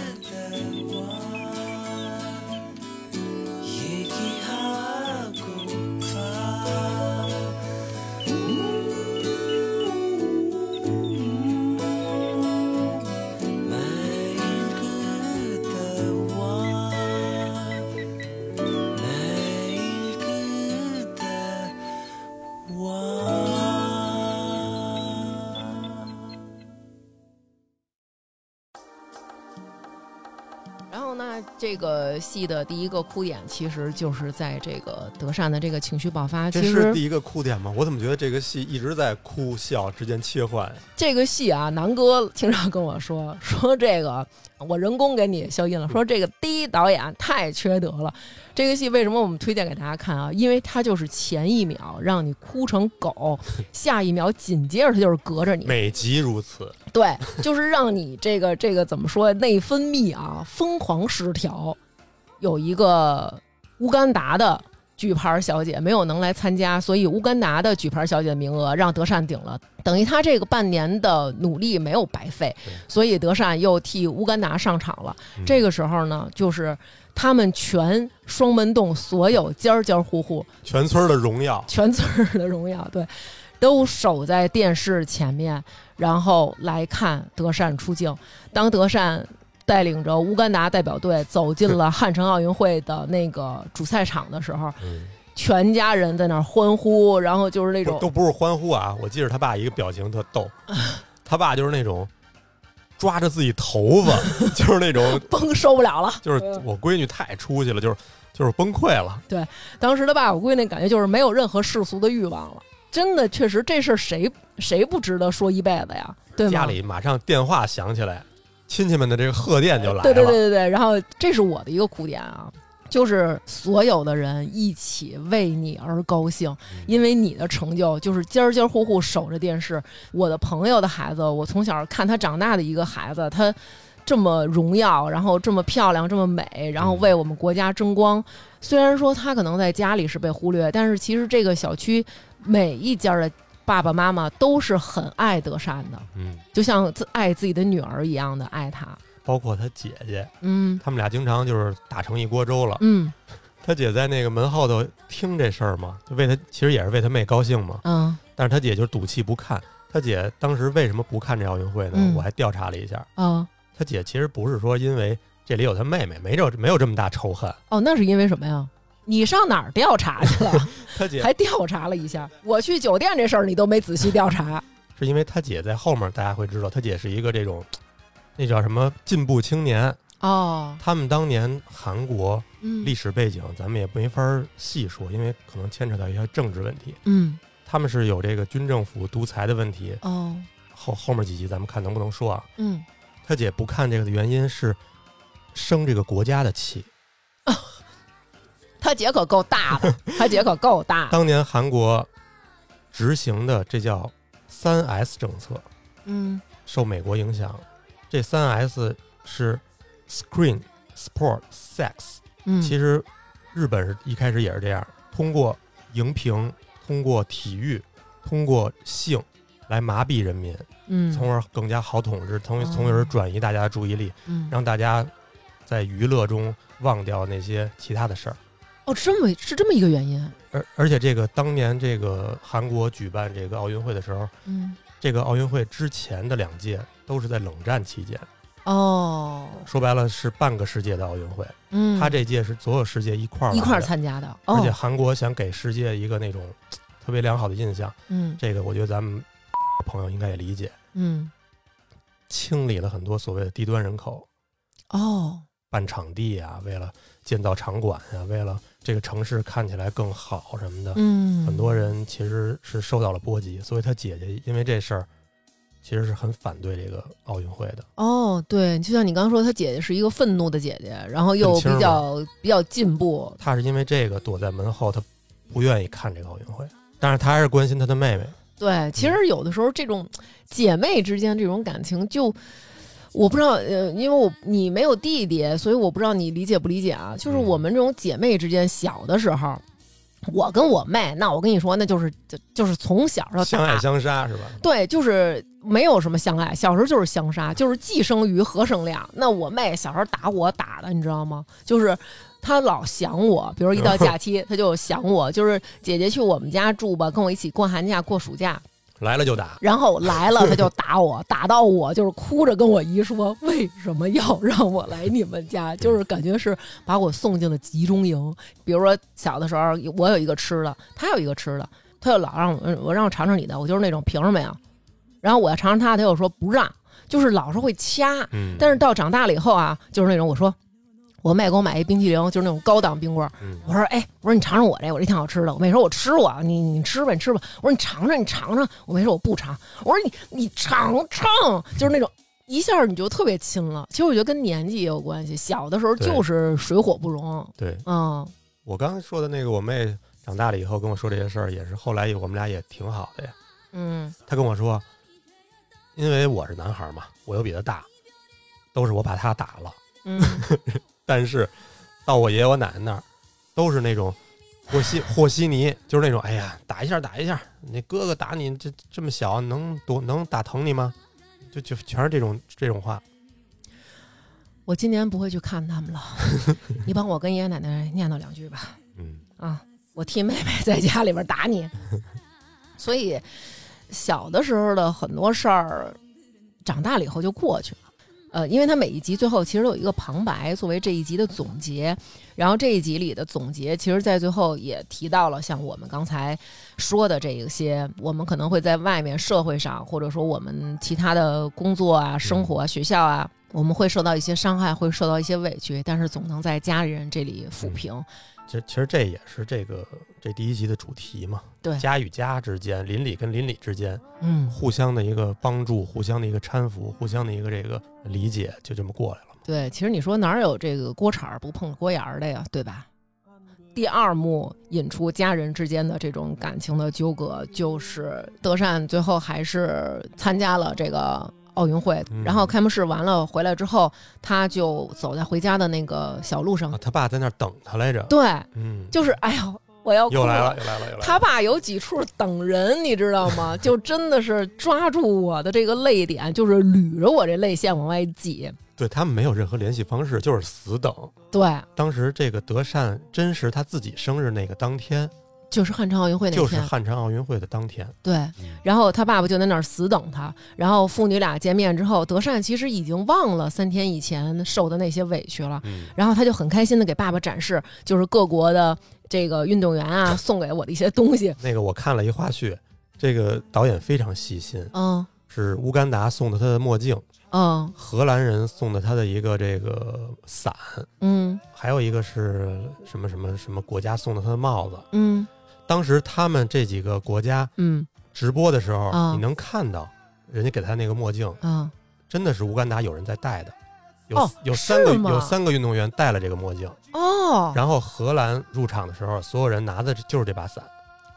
Speaker 1: 然后呢，这个戏的第一个哭点其实就是在这个德善的这个情绪爆发。
Speaker 2: 这
Speaker 1: 其
Speaker 2: 是
Speaker 1: 实
Speaker 2: 第一个哭点吗？我怎么觉得这个戏一直在哭笑之间切换？
Speaker 1: 这个戏啊，南哥经常跟我说 说这个，我人工给你消音了，说这个第一导演太缺德了。这个戏为什么我们推荐给大家看啊？因为它就是前一秒让你哭成狗，下一秒紧接着它就是隔着你，
Speaker 2: 每集如此，
Speaker 1: 对，就是让你这个这个怎么说内分泌啊疯狂失调。有一个乌干达的举牌小姐没有能来参加，所以乌干达的举牌小姐的名额让德善顶了，等于他这个半年的努力没有白费
Speaker 2: 对，
Speaker 1: 所以德善又替乌干达上场了。
Speaker 2: 嗯
Speaker 1: 这个时候呢，就是他们全双门洞所有家家户户
Speaker 2: 嗯全村的荣耀，
Speaker 1: 全村儿的荣耀，对，都守在电视前面，然后来看德善出镜。当德善带领着乌干达代表队走进了汉城奥运会的那个主赛场的时候，
Speaker 2: 嗯，
Speaker 1: 全家人在那儿欢呼，然后就是那
Speaker 2: 不
Speaker 1: 种
Speaker 2: 都不是欢呼啊！我记着他爸一个表情特 逗，他爸就是那种抓着自己头发，就是 那种
Speaker 1: 崩受不了了。
Speaker 2: 就是我闺女太出息了，就是就是崩溃了。
Speaker 1: 当时的爸，我闺女感觉就是没有任何世俗的欲望了。真的，确实这事儿谁谁不值得说一辈子呀？对吗？
Speaker 2: 家里马上电话响起来，亲戚们的这个贺电就来了。
Speaker 1: 对对对对对，然后这是我的一个苦点啊，就是所有的人一起为你而高兴，
Speaker 2: 嗯
Speaker 1: 因为你的成就就是家家户户守着电视。我的朋友的孩子，我从小看他长大的一个孩子，他。这么荣耀，然后这么漂亮，这么美，然
Speaker 2: 嗯
Speaker 1: 后为我们国家争光。虽然说他可能在家里是被忽略，但是其实这个小区每一家的爸爸妈妈都是很爱德善的，
Speaker 2: 嗯，
Speaker 1: 就像自爱自己的女儿一样的爱他。
Speaker 2: 包括他姐姐，
Speaker 1: 嗯，
Speaker 2: 他们俩经常就是打成一锅粥了。
Speaker 1: 嗯
Speaker 2: 他姐在那个门后头听这事儿嘛，就为他其实也是为他妹高兴嘛。
Speaker 1: 嗯
Speaker 2: 但是他姐就是赌气不看。他姐当时为什么不看这奥运会呢？
Speaker 1: 嗯
Speaker 2: 我还调查了一下，
Speaker 1: 啊
Speaker 2: 他姐其实不是说因为这里有他妹妹，没有没有这么大仇恨。
Speaker 1: 哦，那是因为什么呀？你上哪儿调查去了？
Speaker 2: 他姐
Speaker 1: 还 调查了一下。我去酒店这事儿你都没仔细调查。
Speaker 2: 是因为他姐在后面，大家会知道他姐是一个这种，那叫什么进步青年，
Speaker 1: 哦，
Speaker 2: 他们当年韩国
Speaker 1: 嗯
Speaker 2: 历史背景，咱们也没法儿细说，因为可能牵扯到一些政治问题。
Speaker 1: 嗯
Speaker 2: 他们是有这个军政府独裁的问题，
Speaker 1: 哦
Speaker 2: 后后面几集咱们看能不能说啊？
Speaker 1: 嗯，
Speaker 2: 他姐不看这个的原因是生这个国家的气。
Speaker 1: 他姐可够大的， 他姐可够大的，
Speaker 2: 当年韩国执行的这叫“三 S 政策
Speaker 1: 嗯”，
Speaker 2: 受美国影响。这三 S 是 Screen、Sport、Sex。
Speaker 1: 嗯，
Speaker 2: 其实日本是一开始也是这样，通过荧屏、通过体育、通过性来麻痹人民，
Speaker 1: 嗯，
Speaker 2: 从而更加好统治，从
Speaker 1: 哦
Speaker 2: 从而转移大家的注意力，
Speaker 1: 嗯
Speaker 2: 让大家在娱乐中忘掉那些其他的事儿。
Speaker 1: 哦，这么是这么一个原因，啊
Speaker 2: 而而且这个当年这个韩国举办这个奥运会的时候，
Speaker 1: 嗯
Speaker 2: 这个奥运会之前的两届都是在冷战期间，
Speaker 1: 哦，
Speaker 2: 说白了是半个世界的奥运会。
Speaker 1: 嗯，
Speaker 2: 他这届是所有世界一块儿
Speaker 1: 一块儿
Speaker 2: 来的
Speaker 1: 参加的，
Speaker 2: 而且
Speaker 1: 哦，
Speaker 2: 韩国想给世界一个那种嘖特别良好的印象，
Speaker 1: 嗯
Speaker 2: 这个我觉得咱们朋友应该也理解，
Speaker 1: 嗯
Speaker 2: 清理了很多所谓的低端人口，
Speaker 1: 哦，
Speaker 2: 办场地啊，为了建造场馆啊，为了这个城市看起来更好什么的，
Speaker 1: 嗯，
Speaker 2: 很多人其实是受到了波及，所以他姐姐因为这事儿其实是很反对这个奥运会的，
Speaker 1: 哦，对，就像你刚刚说，她姐姐是一个愤怒的姐姐，然后又
Speaker 2: 愤青儿
Speaker 1: 比
Speaker 2: 嘛
Speaker 1: 较比较进步，
Speaker 2: 她是因为这个躲在门后，她不愿意看这个奥运会，但是她还是关心她的妹妹，
Speaker 1: 对，其实有的时候这种姐妹之间这种感情就。我不知道，呃，因为我你没有弟弟，所以我不知道你理解不理解啊。就是
Speaker 2: 嗯
Speaker 1: 我们这种姐妹之间，小的时候，我跟我妹，那我跟你说，那就是就就是从小到大
Speaker 2: 相爱相杀是吧？
Speaker 1: 对，就是没有什么相爱，小时候就是相杀，就是既生瑜何生亮。那我妹小时候打我打的，你知道吗？就是她老想我，比如一到假期，她就想我，就是姐姐去我们家住吧，跟我一起过寒假、过暑假。
Speaker 2: 来了就打，
Speaker 1: 然后来了，她就打我，打到我就是哭着跟我姨说，为什么要让我来你们家？就是感觉是把我送进了集中营。比如说小的时候，我有一个吃的，她有一个吃的，她就老让我我让我尝尝你的，我就是那种凭什么呀？然后我要尝尝她，她又说不让，就是老是会掐。
Speaker 2: 嗯，
Speaker 1: 但是到长大了以后啊，就是那种我说我妹给我买一冰淇淋，就是那种高档冰棍儿，
Speaker 2: 嗯
Speaker 1: 我说，哎，我说你尝尝我这，我这挺好吃的。我妹说，我吃过，你你吃吧，你吃吧。我说你尝尝，你尝尝。我妹说我不尝。我说你你尝尝，就是那种一下你就特别亲了。其实我觉得跟年纪也有关系，小的时候
Speaker 2: 对
Speaker 1: 就是水火不容。
Speaker 2: 对
Speaker 1: 嗯，
Speaker 2: 我刚才说的那个，我妹长大了以后跟我说这些事儿，也是后来我们俩也挺好的呀。
Speaker 1: 嗯
Speaker 2: 她跟我说，因为我是男孩嘛，我又比她大，都是我把她打了。
Speaker 1: 嗯，
Speaker 2: 但是到我爷爷我奶奶那儿，都是那种和稀和稀泥，就是那种哎呀打一下打一下，你哥哥打你这这么小能多能打疼你吗？就就全是这种这种话。
Speaker 1: 我今年不会去看他们了。你帮我跟爷爷奶奶念叨两句吧。
Speaker 2: 嗯，
Speaker 1: 啊，我替妹妹在家里边打你。 所以小的时候的很多事儿，长大了以后就过去了。呃，因为它每一集最后其实都有一个旁白作为这一集的总结，然后这一集里的总结，其实在最后也提到了像我们刚才说的这一些，我们可能会在外面社会上，或者说我们其他的工作啊、生活啊、学校啊，我们会受到一些伤害，会受到一些委屈，但是总能在家里人这里抚
Speaker 2: 嗯
Speaker 1: 平。
Speaker 2: 其实其实这也是这个这第一集的主题嘛，
Speaker 1: 对
Speaker 2: 家与家之间，邻里跟邻里之间。
Speaker 1: 嗯
Speaker 2: 互相的一个帮助，互相的一个搀扶，互相的一个这个理解，就这么过来了嘛。
Speaker 1: 对，其实你说哪儿有这个锅铲儿不碰锅沿儿的呀，对吧？第二幕引出家人之间的这种感情的纠葛，就是德善最后还是参加了这个奥运会，
Speaker 2: 嗯
Speaker 1: 然后开幕式完了回来之后，他就走在回家的那个小路上
Speaker 2: 啊，，他爸在那儿等他来着，
Speaker 1: 嗯对，
Speaker 2: 嗯，
Speaker 1: 就是哎呦，我要哭
Speaker 2: 又来了，又来了，又来了。
Speaker 1: 他爸有几处等人，你知道吗？就真的是抓住我的这个泪点，就是捋着我这泪腺往外挤。
Speaker 2: 对他们没有任何联系方式，就是死等。
Speaker 1: 对，
Speaker 2: 当时这个德善真是他自己生日那个当天，
Speaker 1: 就是汉城奥运会那天，
Speaker 2: 就是汉城奥运会的当天。
Speaker 1: 对，然后他爸爸就在那儿死等他。然后父女俩见面之后，德善其实已经忘了三天以前受的那些委屈了，
Speaker 2: 嗯，
Speaker 1: 然后他就很开心的给爸爸展示，就是各国的这个运动员啊送给我的一些东西。
Speaker 2: 那个我看了一花絮，这个导演非常细心，
Speaker 1: 嗯
Speaker 2: 是乌干达送的他的墨镜，
Speaker 1: 嗯
Speaker 2: 荷兰人送的他的一个这个伞，
Speaker 1: 嗯
Speaker 2: 还有一个是什么什么什么国家送的他的帽子。
Speaker 1: 嗯
Speaker 2: 当时他们这几个国家
Speaker 1: 嗯
Speaker 2: 直播的时候，
Speaker 1: 啊
Speaker 2: 你能看到人家给他那个墨镜，
Speaker 1: 啊，
Speaker 2: 真的是乌干达有人在戴的，有、
Speaker 1: 哦
Speaker 2: 有三个
Speaker 1: 是吗
Speaker 2: 有三个运动员戴了这个墨镜，
Speaker 1: 哦，
Speaker 2: 然后荷兰入场的时候，所有人拿的就是这把伞。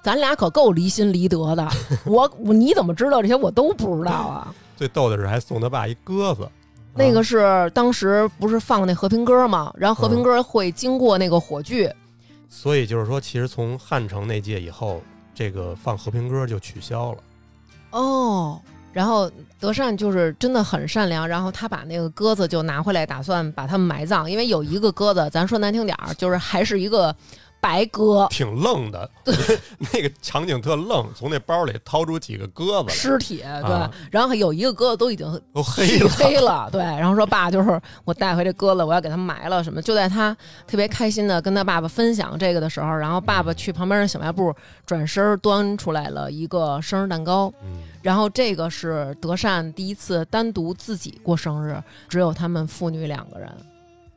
Speaker 1: 咱俩可够离心离德的，我我你怎么知道这些我都不知道啊？
Speaker 2: 最逗的是还送他爸一鸽子，
Speaker 1: 那个
Speaker 2: 啊
Speaker 1: 是当时不是放那和平鸽嘛，然后和平鸽会经过那个火炬，
Speaker 2: 所以就是说，其实从汉城那届以后，这个放和平鸽就取消了。
Speaker 1: 哦，然后德善就是真的很善良，然后他把那个鸽子就拿回来，打算把它们埋葬，因为有一个鸽子，咱说难听点儿，就是还是一个白鸽
Speaker 2: 挺愣的， 那个场景特愣，从那包里掏出几个鸽子来，
Speaker 1: 尸体，对，
Speaker 2: 啊
Speaker 1: 然后还有一个鸽子都已经
Speaker 2: 都黑了。
Speaker 1: 黑了，对，然后说爸，就是我带回这鸽子，我要给它埋了什么。就在他特别开心的跟他爸爸分享这个的时候，然后爸爸去旁边的小卖部，转身端出来了一个生日蛋糕。
Speaker 2: 嗯，
Speaker 1: 然后这个是德善第一次单独自己过生日，只有他们父女两个人。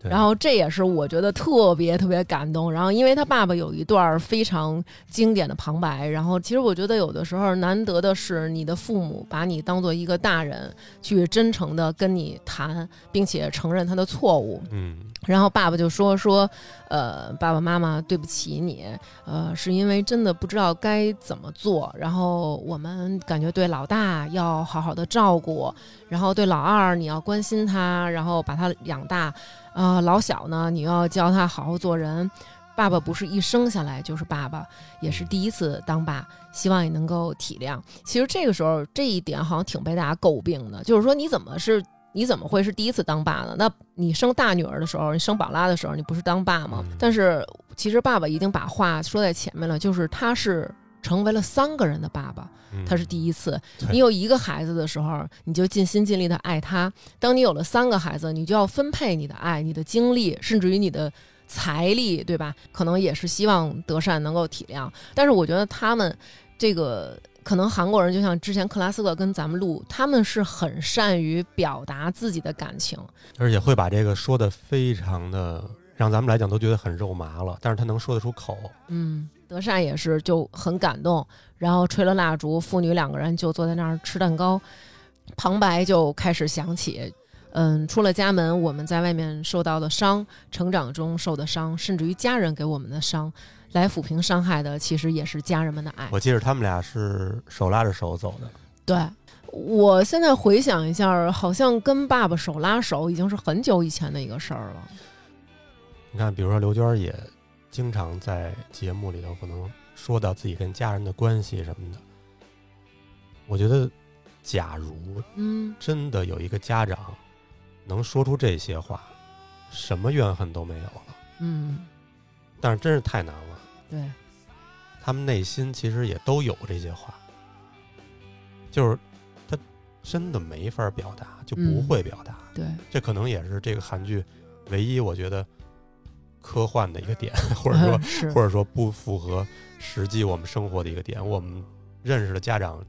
Speaker 2: 对
Speaker 1: 然后这也是我觉得特别特别感动。然后因为他爸爸有一段非常经典的旁白，然后其实我觉得有的时候难得的是你的父母把你当做一个大人去真诚的跟你谈，并且承认他的错误。
Speaker 2: 嗯，
Speaker 1: 然后爸爸就说说，呃，爸爸妈妈对不起你，呃，是因为真的不知道该怎么做。然后我们感觉对老大要好好的照顾，然后对老二你要关心他，然后把他养大。呃，老小呢，你要教他好好做人。爸爸不是一生下来就是爸爸，也是第一次当爸，希望你能够体谅。其实这个时候这一点好像挺被大家诟病的，就是说你怎么是你怎么会是第一次当爸呢？那你生大女儿的时候，你生宝拉的时候，你不是当爸吗
Speaker 2: 嗯？
Speaker 1: 但是其实爸爸已经把话说在前面了，就是他是成为了三个人的爸爸，
Speaker 2: 嗯
Speaker 1: 他是第一次。
Speaker 2: 对
Speaker 1: 你有一个孩子的时候，你就尽心尽力的爱他；当你有了三个孩子，你就要分配你的爱、你的精力，甚至于你的财力，对吧？可能也是希望德善能够体谅。但是我觉得他们这个。可能韩国人就像之前克拉斯克跟咱们录，他们是很善于表达自己的感情，
Speaker 2: 而且会把这个说的非常的，让咱们来讲都觉得很肉麻了，但是他能说得出口。
Speaker 1: 嗯，德善也是就很感动，然后吹了蜡烛，父女两个人就坐在那儿吃蛋糕，旁白就开始响起。嗯，出了家门，我们在外面受到的伤，成长中受的伤，甚至于家人给我们的伤，来抚平伤害的，其实也是家人们的爱。
Speaker 2: 我记得他们俩是手拉着手走的，
Speaker 1: 对我现在回想一下，好像跟爸爸手拉手已经是很久以前的一个事儿了。
Speaker 2: 你看，比如说刘娟儿也经常在节目里头可能说到自己跟家人的关系什么的。我觉得，假如
Speaker 1: 嗯，
Speaker 2: 真的有一个家长能说出这些话，什么怨恨都没有了。
Speaker 1: 嗯，
Speaker 2: 但是真是太难了，
Speaker 1: 对，
Speaker 2: 他们内心其实也都有这些话，就是他真的没法表达，就不
Speaker 1: 嗯
Speaker 2: 会表达。
Speaker 1: 对，
Speaker 2: 这可能也是这个韩剧唯一我觉得科幻的一个点，或者说
Speaker 1: 是
Speaker 2: 或者说不符合实际我们生活的一个点。我们认识的家长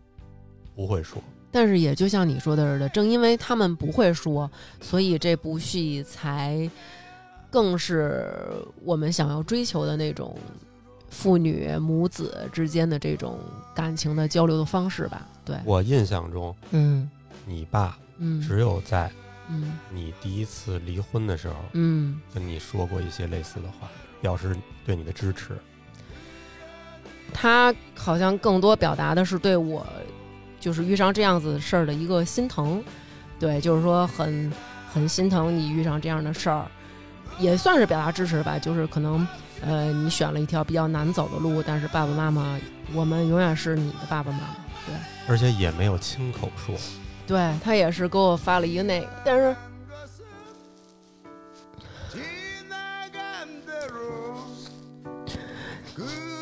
Speaker 2: 不会说，
Speaker 1: 但是也就像你说的似的，正因为他们不会说，所以这部戏才更是我们想要追求的那种父女母子之间的这种感情的交流的方式吧？对，
Speaker 2: 我印象中
Speaker 1: 嗯
Speaker 2: 你爸
Speaker 1: 嗯
Speaker 2: 只有在
Speaker 1: 嗯
Speaker 2: 你第一次离婚的时候
Speaker 1: 嗯，
Speaker 2: 跟你说过一些类似的话，表示对你的支持。
Speaker 1: 他好像更多表达的是对我，就是遇上这样子的事儿的一个心疼，对，就是说很很心疼你遇上这样的事儿，也算是表达支持吧。就是可能，呃，你选了一条比较难走的路，但是爸爸妈妈，我们永远是你的爸爸妈妈。
Speaker 2: 而且也没有亲口说，
Speaker 1: 对他也是给我发了一个那个，但是
Speaker 3: 지나간 대로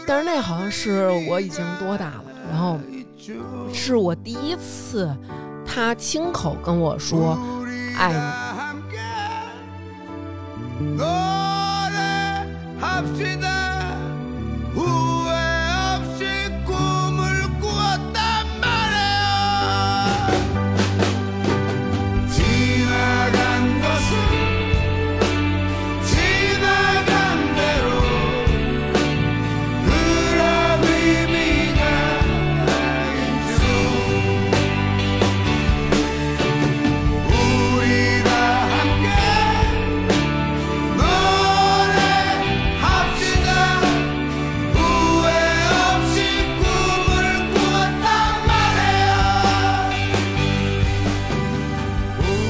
Speaker 1: 但是那好像是我已经多大了，然后
Speaker 3: 있죠.
Speaker 1: 是我第一次他亲口跟我说，
Speaker 3: 우리가
Speaker 1: 아이고.
Speaker 3: 함께 노래합시다 후회 없이 꿈을 꾸었단 말이에요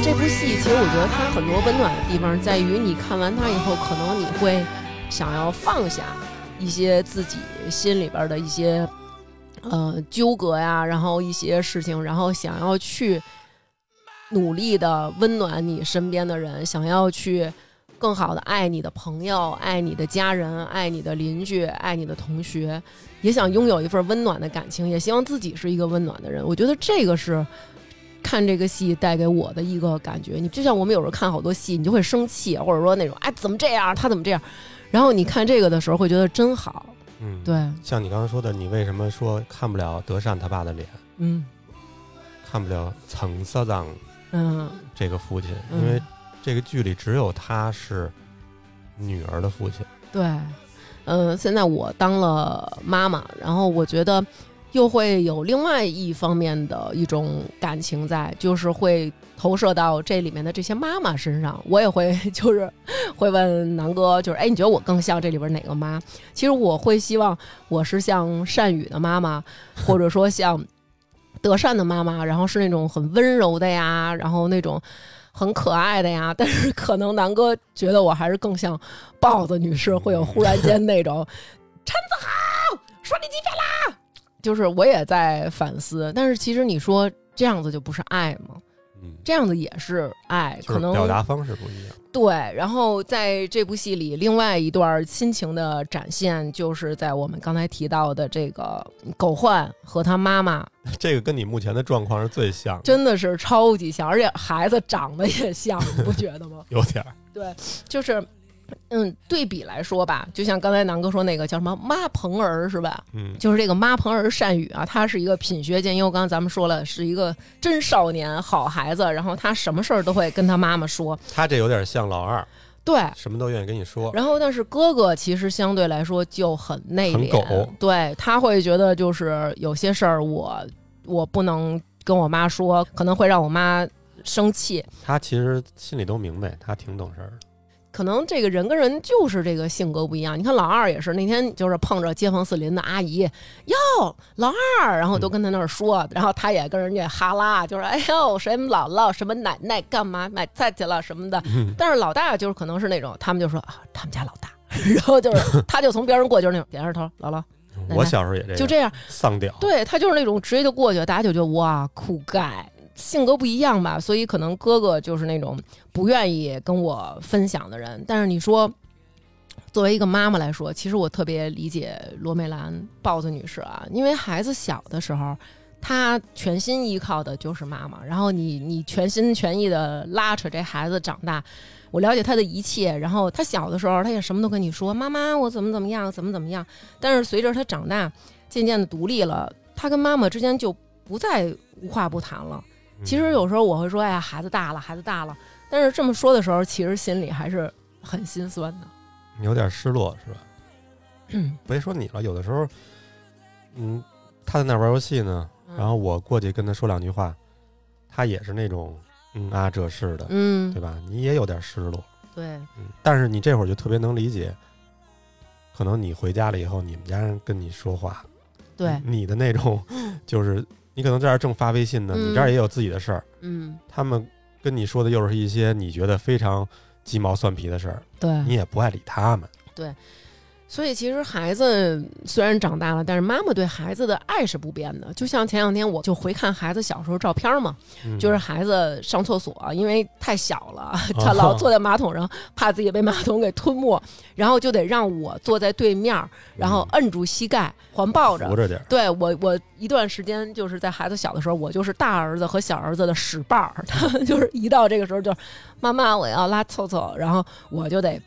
Speaker 1: 它很多温暖的地方在于，你看完它以后，可能你会想要放下一些自己心里边的一些呃纠葛呀，然后一些事情，然后想要去努力的温暖你身边的人，想要去更好的爱你的朋友、爱你的家人、爱你的邻居、爱你的同学，也想拥有一份温暖的感情，也希望自己是一个温暖的人。我觉得这个是。看这个戏带给我的一个感觉，你就像我们有时候看好多戏，你就会生气，或者说那种哎怎么这样，他怎么这样，然后你看这个的时候会觉得真好，
Speaker 2: 嗯，
Speaker 1: 对，，
Speaker 2: 像你刚刚说的，你为什么说看不了德善他爸的脸，
Speaker 1: 嗯
Speaker 2: 看不了曾社长
Speaker 1: 嗯
Speaker 2: 这个父亲？
Speaker 1: 嗯
Speaker 2: 因为这个剧里只有他是女儿的父亲。
Speaker 1: 对，嗯，现在我当了妈妈，然后我觉得又会有另外一方面的一种感情在，就是会投射到这里面的这些妈妈身上。我也会 就是会问南哥，就是哎，你觉得我更像这里边哪个妈？其实我会希望我是像善宇的妈妈，或者说像。德善的妈妈，然后是那种很温柔的呀，然后那种很可爱的呀，但是可能南哥觉得我还是更像豹子女士会有忽然间那种“陈子豪，说你几遍啦”，就是我也在反思。但是其实你说这样子就不是爱吗？
Speaker 2: 嗯，
Speaker 1: 这样子也是爱，
Speaker 2: 就
Speaker 1: 可
Speaker 2: 是
Speaker 1: 能
Speaker 2: 表达方式不 一样。
Speaker 1: 对，然后在这部戏里，另外一段亲情的展现，就是在我们刚才提到的这个狗焕和他妈妈，
Speaker 2: 这个跟你目前的状况是最像的，
Speaker 1: 真的是超级像，而且孩子长得也像，你不觉得吗？
Speaker 2: 有点儿。
Speaker 1: 就是，嗯，对比来说吧，就像刚才南哥说那个叫什么妈鹏儿是吧？
Speaker 2: 嗯，
Speaker 1: 就是这个妈鹏儿善宇啊，他是一个品学兼优，刚刚咱们说了，是一个真少年好孩子，然后他什么事儿都会跟他妈妈说，
Speaker 2: 他这有点像老二，
Speaker 1: 对。
Speaker 2: 什么都愿意跟你说。
Speaker 1: 然后，但是哥哥其实相对来说就很内
Speaker 2: 很
Speaker 1: 敛
Speaker 2: 狗，
Speaker 1: 对他会觉得就是有些事儿我我不能跟我妈说，可能会让我妈生气，
Speaker 2: 他其实心里都明白，他挺懂事儿的。
Speaker 1: 可能这个人跟人就是这个性格不一样。你看老二也是，那天就是碰着街坊四邻的阿姨，哟，老二，然后都跟他那儿说，然后他也跟人家哈拉，就是哎呦，什么姥姥，什么奶奶，干嘛买菜去了什么的。
Speaker 2: 嗯
Speaker 1: 但是老大就是可能是那种，他们就说啊，他们家老大，然后就是他就从边上过，就是那种点着头，姥姥奶
Speaker 2: 嗯我小时候也这样，
Speaker 1: 就这样，
Speaker 2: 丧屌。
Speaker 1: 对他就是那种直接就过去，大家就觉得哇酷盖，性格不一样吧，所以可能哥哥就是那种不愿意跟我分享的人。但是你说，作为一个妈妈来说，其实我特别理解罗美兰豹子女士啊，因为孩子小的时候。她全心依靠的就是妈妈，然后你你全心全意的拉扯这孩子长大，我了解他的一切。然后他小的时候，他也什么都跟你说，妈妈我怎么怎么样，怎么怎么样。但是随着他长大，渐渐的独立了，他跟妈妈之间就不再无话不谈了。
Speaker 2: 嗯
Speaker 1: 其实有时候我会说，哎呀，孩子大了，孩子大了。但是这么说的时候，其实心里还是很心酸的。
Speaker 2: 有点失落，是吧？
Speaker 1: 嗯
Speaker 2: 别说你了，有的时候，嗯，他在那玩游戏呢，
Speaker 1: 嗯
Speaker 2: 然后我过去跟他说两句话，他也是那种嗯啊这是的，
Speaker 1: 嗯
Speaker 2: 对，吧？你也有点失落，
Speaker 1: 对，
Speaker 2: 嗯，但是你这会儿就特别能理解，可能你回家了以后，你们家人跟你说话，
Speaker 1: 对，
Speaker 2: 你的那种就是你可能这儿正发微信呢，
Speaker 1: 嗯
Speaker 2: 你这儿也有自己的事儿，
Speaker 1: 嗯，
Speaker 2: 他们跟你说的又是一些你觉得非常鸡毛蒜皮的事儿，
Speaker 1: 对
Speaker 2: 你。也不爱理他们。
Speaker 1: 所以其实孩子虽然长大了，但是妈妈对孩子的爱是不变的。就像前两天我就回看孩子小时候照片嘛，
Speaker 2: 嗯
Speaker 1: 就是孩子上厕所，因为太小了，
Speaker 2: 哦
Speaker 1: 他 老坐在马桶上，怕自己被马桶给吞没，然后就得让我坐在对面儿，然后摁住膝盖，环抱着
Speaker 2: 嗯扶。着点儿，
Speaker 1: 对我，我一段时间就是在孩子小的时候，我就是大儿子和小儿子的使绊儿， 他们就是一到这个时候就是妈妈我要拉凑凑，然后我就得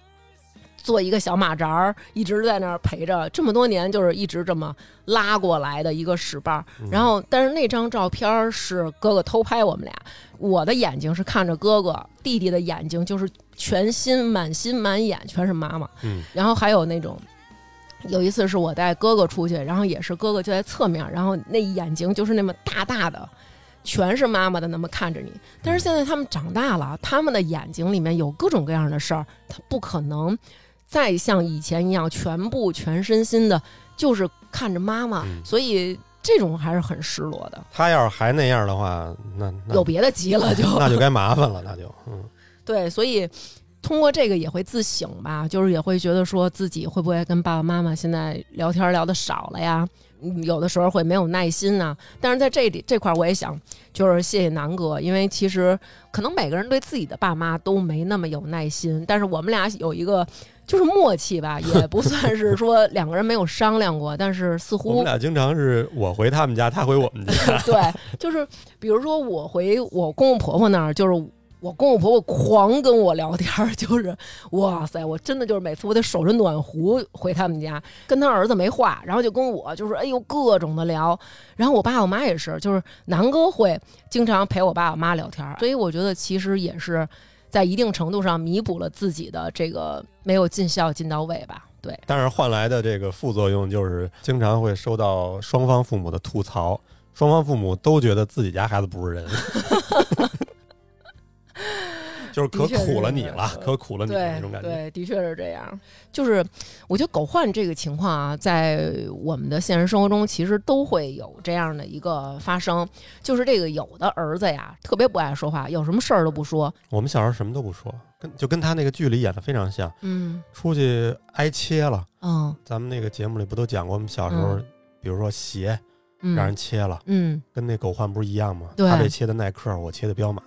Speaker 1: 做一个小马扎儿，一直在那儿陪着，这么多年就是一直这么拉过来的一个使绊儿。
Speaker 2: 嗯
Speaker 1: 然后，但是那张照片儿是哥哥偷拍我们俩，我的眼睛是看着哥哥，弟弟的眼睛就是全心满心满眼全是妈妈。
Speaker 2: 嗯
Speaker 1: 然后还有那种，有一次是我带哥哥出去，然后也是哥哥就在侧面，然后那眼睛就是那么大大的，全是妈妈的那么看着
Speaker 2: 嗯
Speaker 1: 你。但是现在他们长大了，他们的眼睛里面有各种各样的事儿，他不可能再像以前一样全部全身心的，就是看着妈妈，
Speaker 2: 嗯
Speaker 1: 所以这种还是很失落的。
Speaker 2: 他要是还那样的话，那那
Speaker 1: 有别的急了就
Speaker 2: 那就该麻烦了，那就嗯
Speaker 1: 对，所以通过这个也会自省吧，就是也会觉得说自己会不会跟爸爸妈妈现在聊天聊的少了呀？嗯有的时候会没有耐心呐、但是在这里这块，我也想就是谢谢南哥，因为其实可能每个人对自己的爸妈都没那么有耐心，但是我们俩有一个就是默契吧，也不算是说两个人没有商量过，但是似
Speaker 2: 我们
Speaker 1: 乎
Speaker 2: 俩经常是我回他们家，他回我 们家。
Speaker 1: 对，就是比如说我回我公公婆婆那儿，就是我公公婆婆狂跟我聊天儿，就是哇塞，我真的就是每次我得守着暖壶回他们家，跟他儿子没话，然后就跟我就是哎呦各种的聊，然后我爸我妈也是，就是南哥会经常陪我爸我妈聊天儿，所以我觉得其实也是在一定程度上弥补了自己的这个没有尽孝尽到位吧，对。
Speaker 2: 但是换来的这个副作用就是，经常会收到双方父母的吐槽，双方父母都觉得自己家孩子 不是人，就是可
Speaker 1: 的确是
Speaker 2: 苦了你了
Speaker 1: 这，样
Speaker 2: 可苦了你了
Speaker 1: 对
Speaker 2: 那种感觉。
Speaker 1: 对，的确是这样。就是我觉得狗患这个情况啊，在我们的现实生活中其实都会有这样的一个发生。就是这个有的儿子呀，特别不爱说话，有什么事儿都不说。
Speaker 2: 我们小时候什么都不说，跟就跟他那个剧里演的非常像，
Speaker 1: 嗯
Speaker 2: 出去挨切了。
Speaker 1: 嗯
Speaker 2: 咱们那个节目里不都讲过，我们小时候，比如说鞋
Speaker 1: 嗯，
Speaker 2: 让人切了，
Speaker 1: 嗯
Speaker 2: 跟那狗焕不是一样吗？
Speaker 1: 对
Speaker 2: 他被切的耐克，我切的彪马。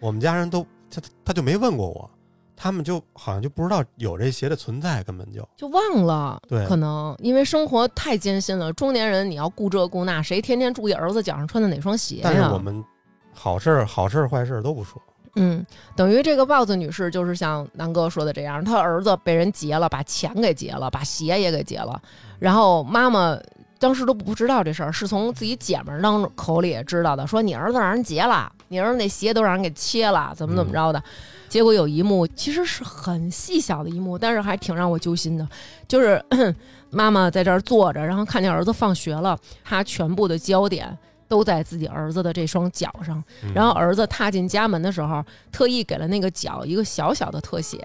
Speaker 2: 我们家人都他他就没问过我，他们就好像就不知道有这鞋的存在，根本就
Speaker 1: 就忘了。
Speaker 2: 对
Speaker 1: 可能因为生活太艰辛了，中年人你要顾这顾那，谁天天注意儿子脚上穿的哪双哎鞋呀？
Speaker 2: 但是我们好事儿、好事儿、坏事儿都不说，
Speaker 1: 嗯，等于这个豹子女士就是像南哥说的这样，她儿子被人劫了，把钱给劫了，把鞋也给劫了，然后妈妈当时都不知道这事儿，是从自己姐们儿当中口里知道的，说你儿子让人劫了，你儿子那鞋都让人给切了，怎么怎么着的。结果有一幕其实是很细小的一幕，但是还挺让我揪心的，就是 咳妈妈在这儿坐着，然后看见儿子放学了，她全部的焦点都在自己儿子的这双脚上。
Speaker 2: 嗯
Speaker 1: 然后儿子踏进家门的时候，特意给了那个脚一个小小的特写，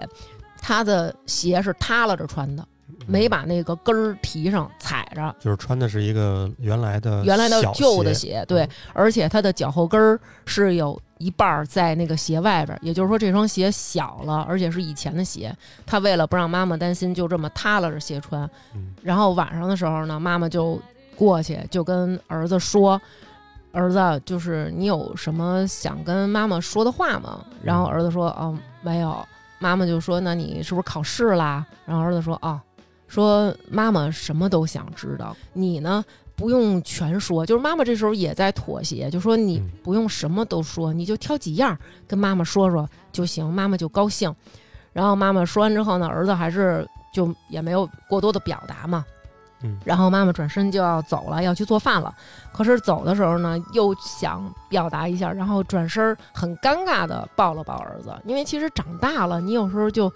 Speaker 1: 他的鞋是塌拉着穿的，没
Speaker 2: 嗯
Speaker 1: 把那个跟儿提上踩着，
Speaker 2: 就是穿的是一个原来的
Speaker 1: 原来的
Speaker 2: 呃小
Speaker 1: 旧的
Speaker 2: 鞋，嗯
Speaker 1: 鞋，对，而且他的脚后跟儿是有一半儿在那个鞋外边儿，也就是说这双鞋小了，而且是以前的鞋。他为了不让妈妈担心，就这么塌拉着鞋穿。
Speaker 2: 嗯
Speaker 1: 然后晚上的时候呢，妈妈就过去就跟儿子说：“儿子，就是你有什么想跟妈妈说的话吗？”然后儿子说：“
Speaker 2: 嗯
Speaker 1: 哦，没有。”妈妈就说：“那你是不是考试啦？”然后儿子说：“哦。”说妈妈什么都想知道，你呢不用全说，就是妈妈这时候也在妥协，就说你
Speaker 2: 嗯
Speaker 1: 不用什么都说，你就挑几样儿跟妈妈说说就行，妈妈就高兴。然后妈妈说完之后呢，儿子还是就也没有过多的表达嘛。
Speaker 2: 嗯
Speaker 1: 然后妈妈转身就要走了，要去做饭了。可是走的时候呢，又想表达一下，然后转身很尴尬的抱了抱儿子，因为其实长大了，你有时候就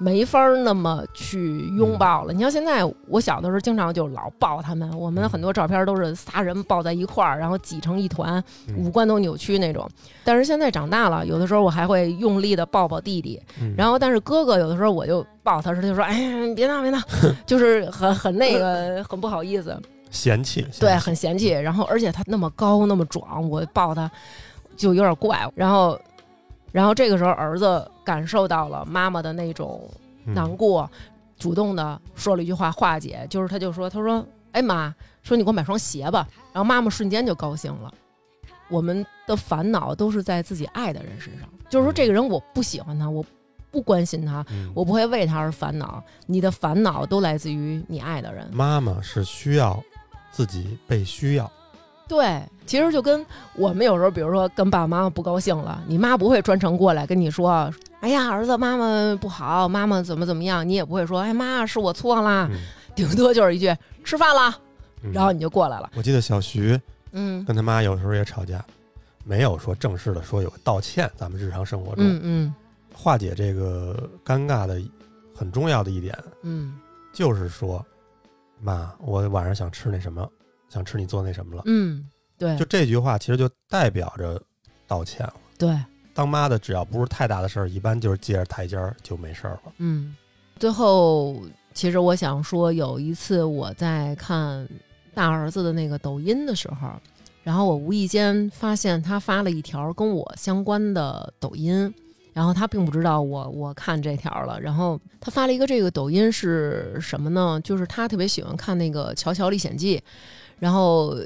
Speaker 1: 没法儿那么去拥抱了。你像现在我小的时候，经常就老抱他们，我们
Speaker 2: 嗯
Speaker 1: 的很多照片都是仨人抱在一块儿，然后挤成一团，
Speaker 2: 嗯
Speaker 1: 五官都扭曲那种。但是现在长大了，有的时候我还会用力的抱抱弟弟，
Speaker 2: 嗯
Speaker 1: 然后但是哥哥有的时候我就抱他时，他就说：“哎呀，你别闹 别闹，就是很很那个很不好意思，
Speaker 2: 嫌弃，
Speaker 1: 对，
Speaker 2: 嫌弃
Speaker 1: 很嫌弃。然后而且他那么高那么壮，我抱他就有点怪。然后，然后这个时候儿子感受到了妈妈的那种
Speaker 2: 嗯
Speaker 1: 难过，主动的说了一句话化解，就是他就说，他说，哎妈，说你给我买双鞋吧，然后妈妈瞬间就高兴了。我们的烦恼都是在自己爱的人身上，就是说
Speaker 2: 嗯
Speaker 1: 这个人我不喜欢他，我不关心他，
Speaker 2: 嗯
Speaker 1: 我不会为他而烦恼，你的烦恼都来自于你爱的人。
Speaker 2: 妈妈是需要自己被需要，
Speaker 1: 啊对，其实就跟我们有时候，比如说跟爸爸妈妈不高兴了，你妈不会专程过来跟你说：“哎呀，儿子，妈妈不好，妈妈怎么怎么样。”你也不会说：“哎妈，是我错啦。
Speaker 2: 嗯
Speaker 1: 顶多就是一句“吃饭啦”，
Speaker 2: 嗯
Speaker 1: 然后你就过来了。
Speaker 2: 我记得小徐
Speaker 1: 嗯
Speaker 2: 跟他妈有时候也吵架，没有说正式的说有个道歉。咱们日常生活中、
Speaker 1: 嗯嗯
Speaker 2: 化解这个尴尬的很重要的一点
Speaker 1: 嗯
Speaker 2: 就是说，妈，我晚上想吃那什么，想吃你做那什么了。
Speaker 1: 嗯，对
Speaker 2: 就这句话，其实就代表着道歉了。
Speaker 1: 对，
Speaker 2: 当妈的只要不是太大的事儿，一般就是借着台阶儿就没事儿了。
Speaker 1: 嗯。最后，其实我想说，有一次我在看大儿子的那个抖音的时候，然后我无意间发现他发了一条跟我相关的抖音，然然后他并不知道我我看这条了，然后他发了一个这个抖音是什么呢？就是他特别喜欢看那个《乔乔历险记》，然后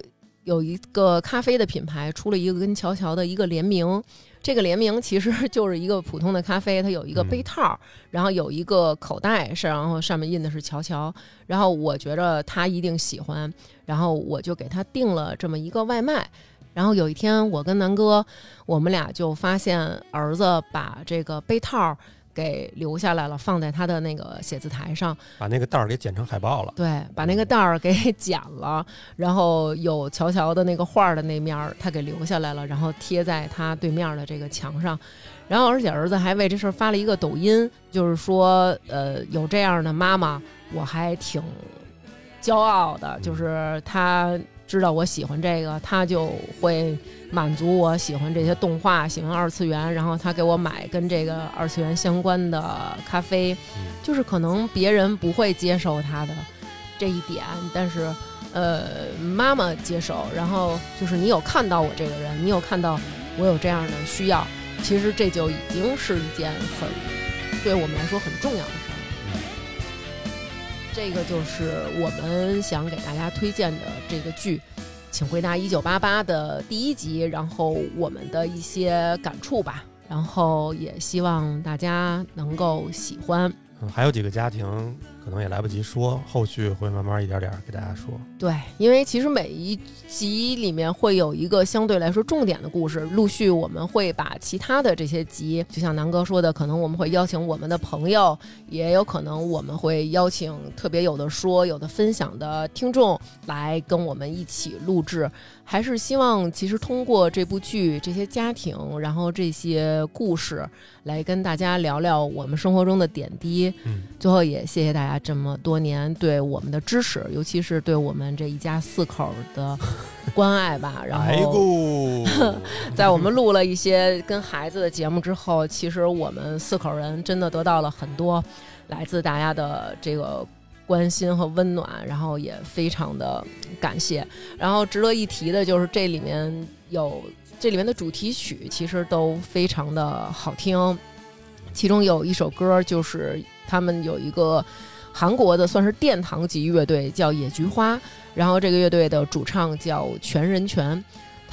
Speaker 1: 有一个咖啡的品牌出了一个跟乔乔的一个联名，这个联名其实就是一个普通的咖啡，它有一个杯套儿，然后有一个口袋，是然后上面印的是乔乔，然后我觉着他一定喜欢，然后我就给他订了这么一个外卖。然后有一天，我跟南哥，我们俩就发现儿子把这个杯套儿给留下来了，放在他的那个写字台上。
Speaker 2: 把那个袋儿给剪成海报了。
Speaker 1: 对，把那个袋儿给 剪了，然后有乔乔的那个画儿的那面儿，他给留下来了，然后贴在他对面的这个墙上。然后，而且儿子还为这事儿发了一个抖音，就是说，呃，有这样的妈妈，我还挺骄傲的。就是他知道我喜欢这个，他就会满足我喜欢这些动画，喜欢二次元，然后他给我买跟这个二次元相关的咖啡。
Speaker 2: 嗯，
Speaker 1: 就是可能别人不会接受他的这一点，但是呃，妈妈接受，然后就是你有看到我这个人，你有看到我有这样的需要，其实这就已经是一件很对我们来说很重要的事儿。这个就是我们想给大家推荐的这个剧。请回答一九八八的第一集，然后我们的一些感触吧，然后也希望大家能够喜欢。
Speaker 2: 嗯还有几个家庭可能也来不及说，后续会慢慢一点点儿给大家说。
Speaker 1: 对，因为其实每一集里面会有一个相对来说重点的故事，陆续我们会把其他的这些集，就像南哥说的，可能我们会邀请我们的朋友，也有可能我们会邀请特别有的说、有的分享的听众来跟我们一起录制。还是希望其实通过这部剧、这些家庭，然后这些故事，来跟大家聊聊我们生活中的点滴，
Speaker 2: 嗯，
Speaker 1: 最后也谢谢大家这么多年对我们的支持，尤其是对我们这一家四口的关爱吧。然
Speaker 2: 哎
Speaker 1: 后，
Speaker 2: 呦，
Speaker 1: 在我们录了一些跟孩子的节目之后，其实我们四口人真的得到了很多来自大家的这个关心和温暖，然后也非常的感谢。然后值得一提的就是这里面有这里面的主题曲，其实都非常的好听，其中有一首歌就是他们有一个韩国的算是殿堂级乐队叫野菊花，然后这个乐队的主唱叫全仁全。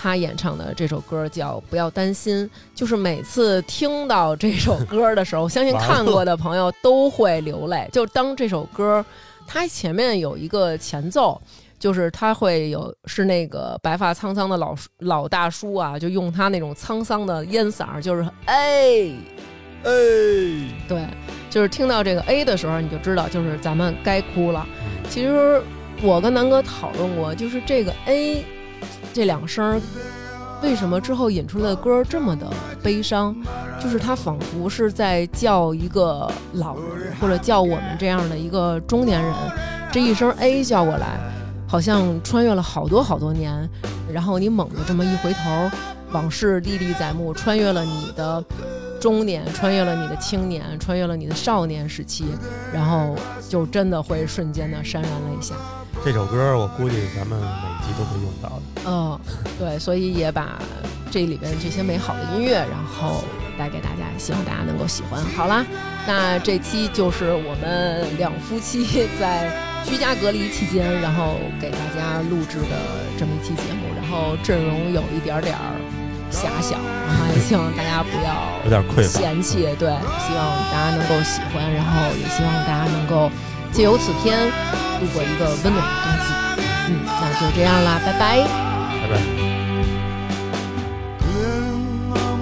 Speaker 1: 他演唱的这首歌叫《不要担心》，就是每次听到这首歌的时候，相信看过的朋友都会流泪。就当这首歌，它前面有一个前奏，就是他会有是那个白发苍苍的老叔老大叔啊，就用他那种沧桑的烟嗓儿，就是哎，
Speaker 2: 哎
Speaker 3: Hey.
Speaker 1: 对，就是听到这个 A 的时候，你就知道就是咱们该哭了。
Speaker 2: 嗯
Speaker 1: 其实我跟南哥讨论过，就是这个 A 这两声儿，为什么之后引出的歌这么的悲伤？就是他仿佛是在叫一个老人，或者叫我们这样的一个中年人，这一声 A 叫过来，好像穿越了好多好多年，然后你猛地这么一回头，往事历历在目，穿越了你的中年，穿越了你的青年，穿越了你的少年时期，然后就真的会瞬间的潸然泪下。
Speaker 2: 这首歌我估计咱们每集都会用到的。
Speaker 1: 嗯，对，所以也把这里边这些美好的音乐，然后带给大家，希望大家能够喜欢。好啦，那这期就是我们两夫妻在居家隔离期间，然后给大家录制的这么一期节目，然后阵容有一点点儿狭小，然后也希望大家不要
Speaker 2: 有点匮乏。
Speaker 1: 嫌弃，对，嗯希望大家能够喜欢，然后也希望大家能够借由此片度过一个温暖的冬季。嗯，那就这样啦，拜拜。
Speaker 2: 拜拜。
Speaker 3: 그대는 너무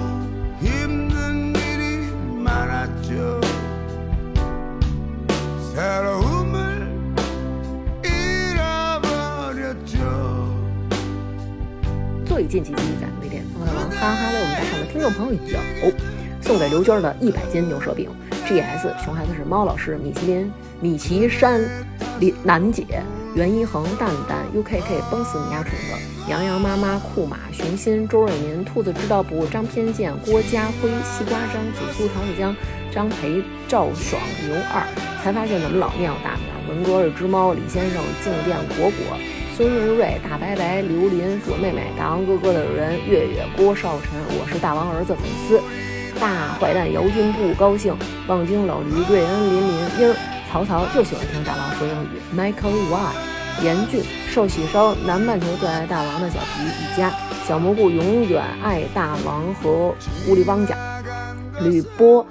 Speaker 3: 힘든 일이 많았죠 새로움을 잃어버렸죠
Speaker 4: 最近几期咱们微店方大王哈哈为我们打赏的听众朋友有送给刘娟的一百斤牛舌饼，GS 熊孩子是猫老师，米其林米奇山林楠姐，袁一恒蛋蛋 UKK 崩死你丫虫子，洋洋妈妈库马熊心周瑞民兔子知道不张偏见郭家辉西瓜张紫苏唐子江张培赵爽牛二才发现咱们老庙大庙文革是只猫李先生静电果果孙润瑞、大白白、刘林、左妹妹、大王哥哥的人、月月、郭少辰，我是大王儿子粉丝。
Speaker 1: 大坏蛋姚军不高兴，望京老驴瑞恩林林英儿，曹操就喜欢听大王说英语，Michael Y，严俊寿喜烧南半球最爱大王的小皮一家，小蘑菇永远爱大王和乌里邦家，吕波。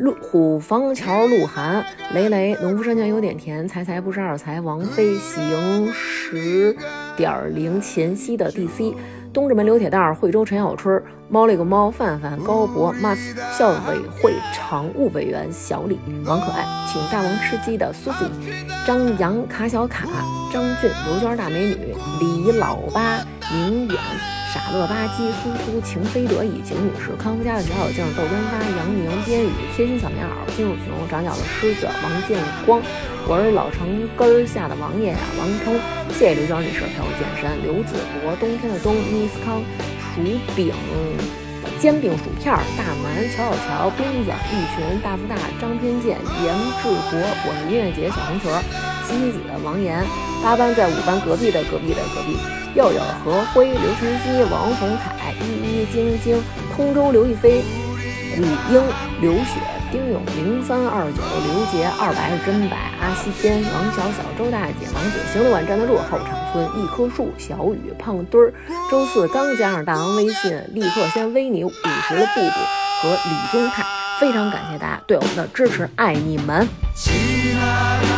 Speaker 1: 陆虎坊桥鹿晗，雷雷，农夫山泉有点甜，才才不是二才，王菲，喜迎十点零前夕的 DC，东直门刘铁蛋儿，惠州陈小春，猫了个猫，范范，高博，mas，校委会常务委员小李，王可爱，请大王吃鸡的 Susie，张扬卡小卡，张俊，刘娟大美女，李老八，宁远，傻乐吧唧，苏苏，情非得已，景女士，康夫家的小小静，豆根发，杨宁，边宇，贴心小棉袄，金肉熊，长角的狮子，王建光，我是老城根儿下的王爷呀，王通，谢谢刘娟女士陪我见山，刘子博，冬天的冬，Miss 康，薯饼。煎饼、薯片儿、大蛮、乔小乔、冰子、一群、大富大、张天健、严志国，我是音乐节小红裙儿，西西子、王岩，八班在五班隔壁的隔壁的隔壁，耀耀、何辉、刘晨曦、王宏凯、一一、晶晶、通州刘亦菲、李英、刘雪、丁勇、零三二九、刘杰、二白是真白、阿西天、王小小、周大姐、王姐、行得稳站得住、后场村、一棵树、小雨、胖墩儿、周四刚加上大王微信，立刻先微你五十的布布和李宗泰，非常感谢大家对我们的支持，爱你们。
Speaker 3: 知らない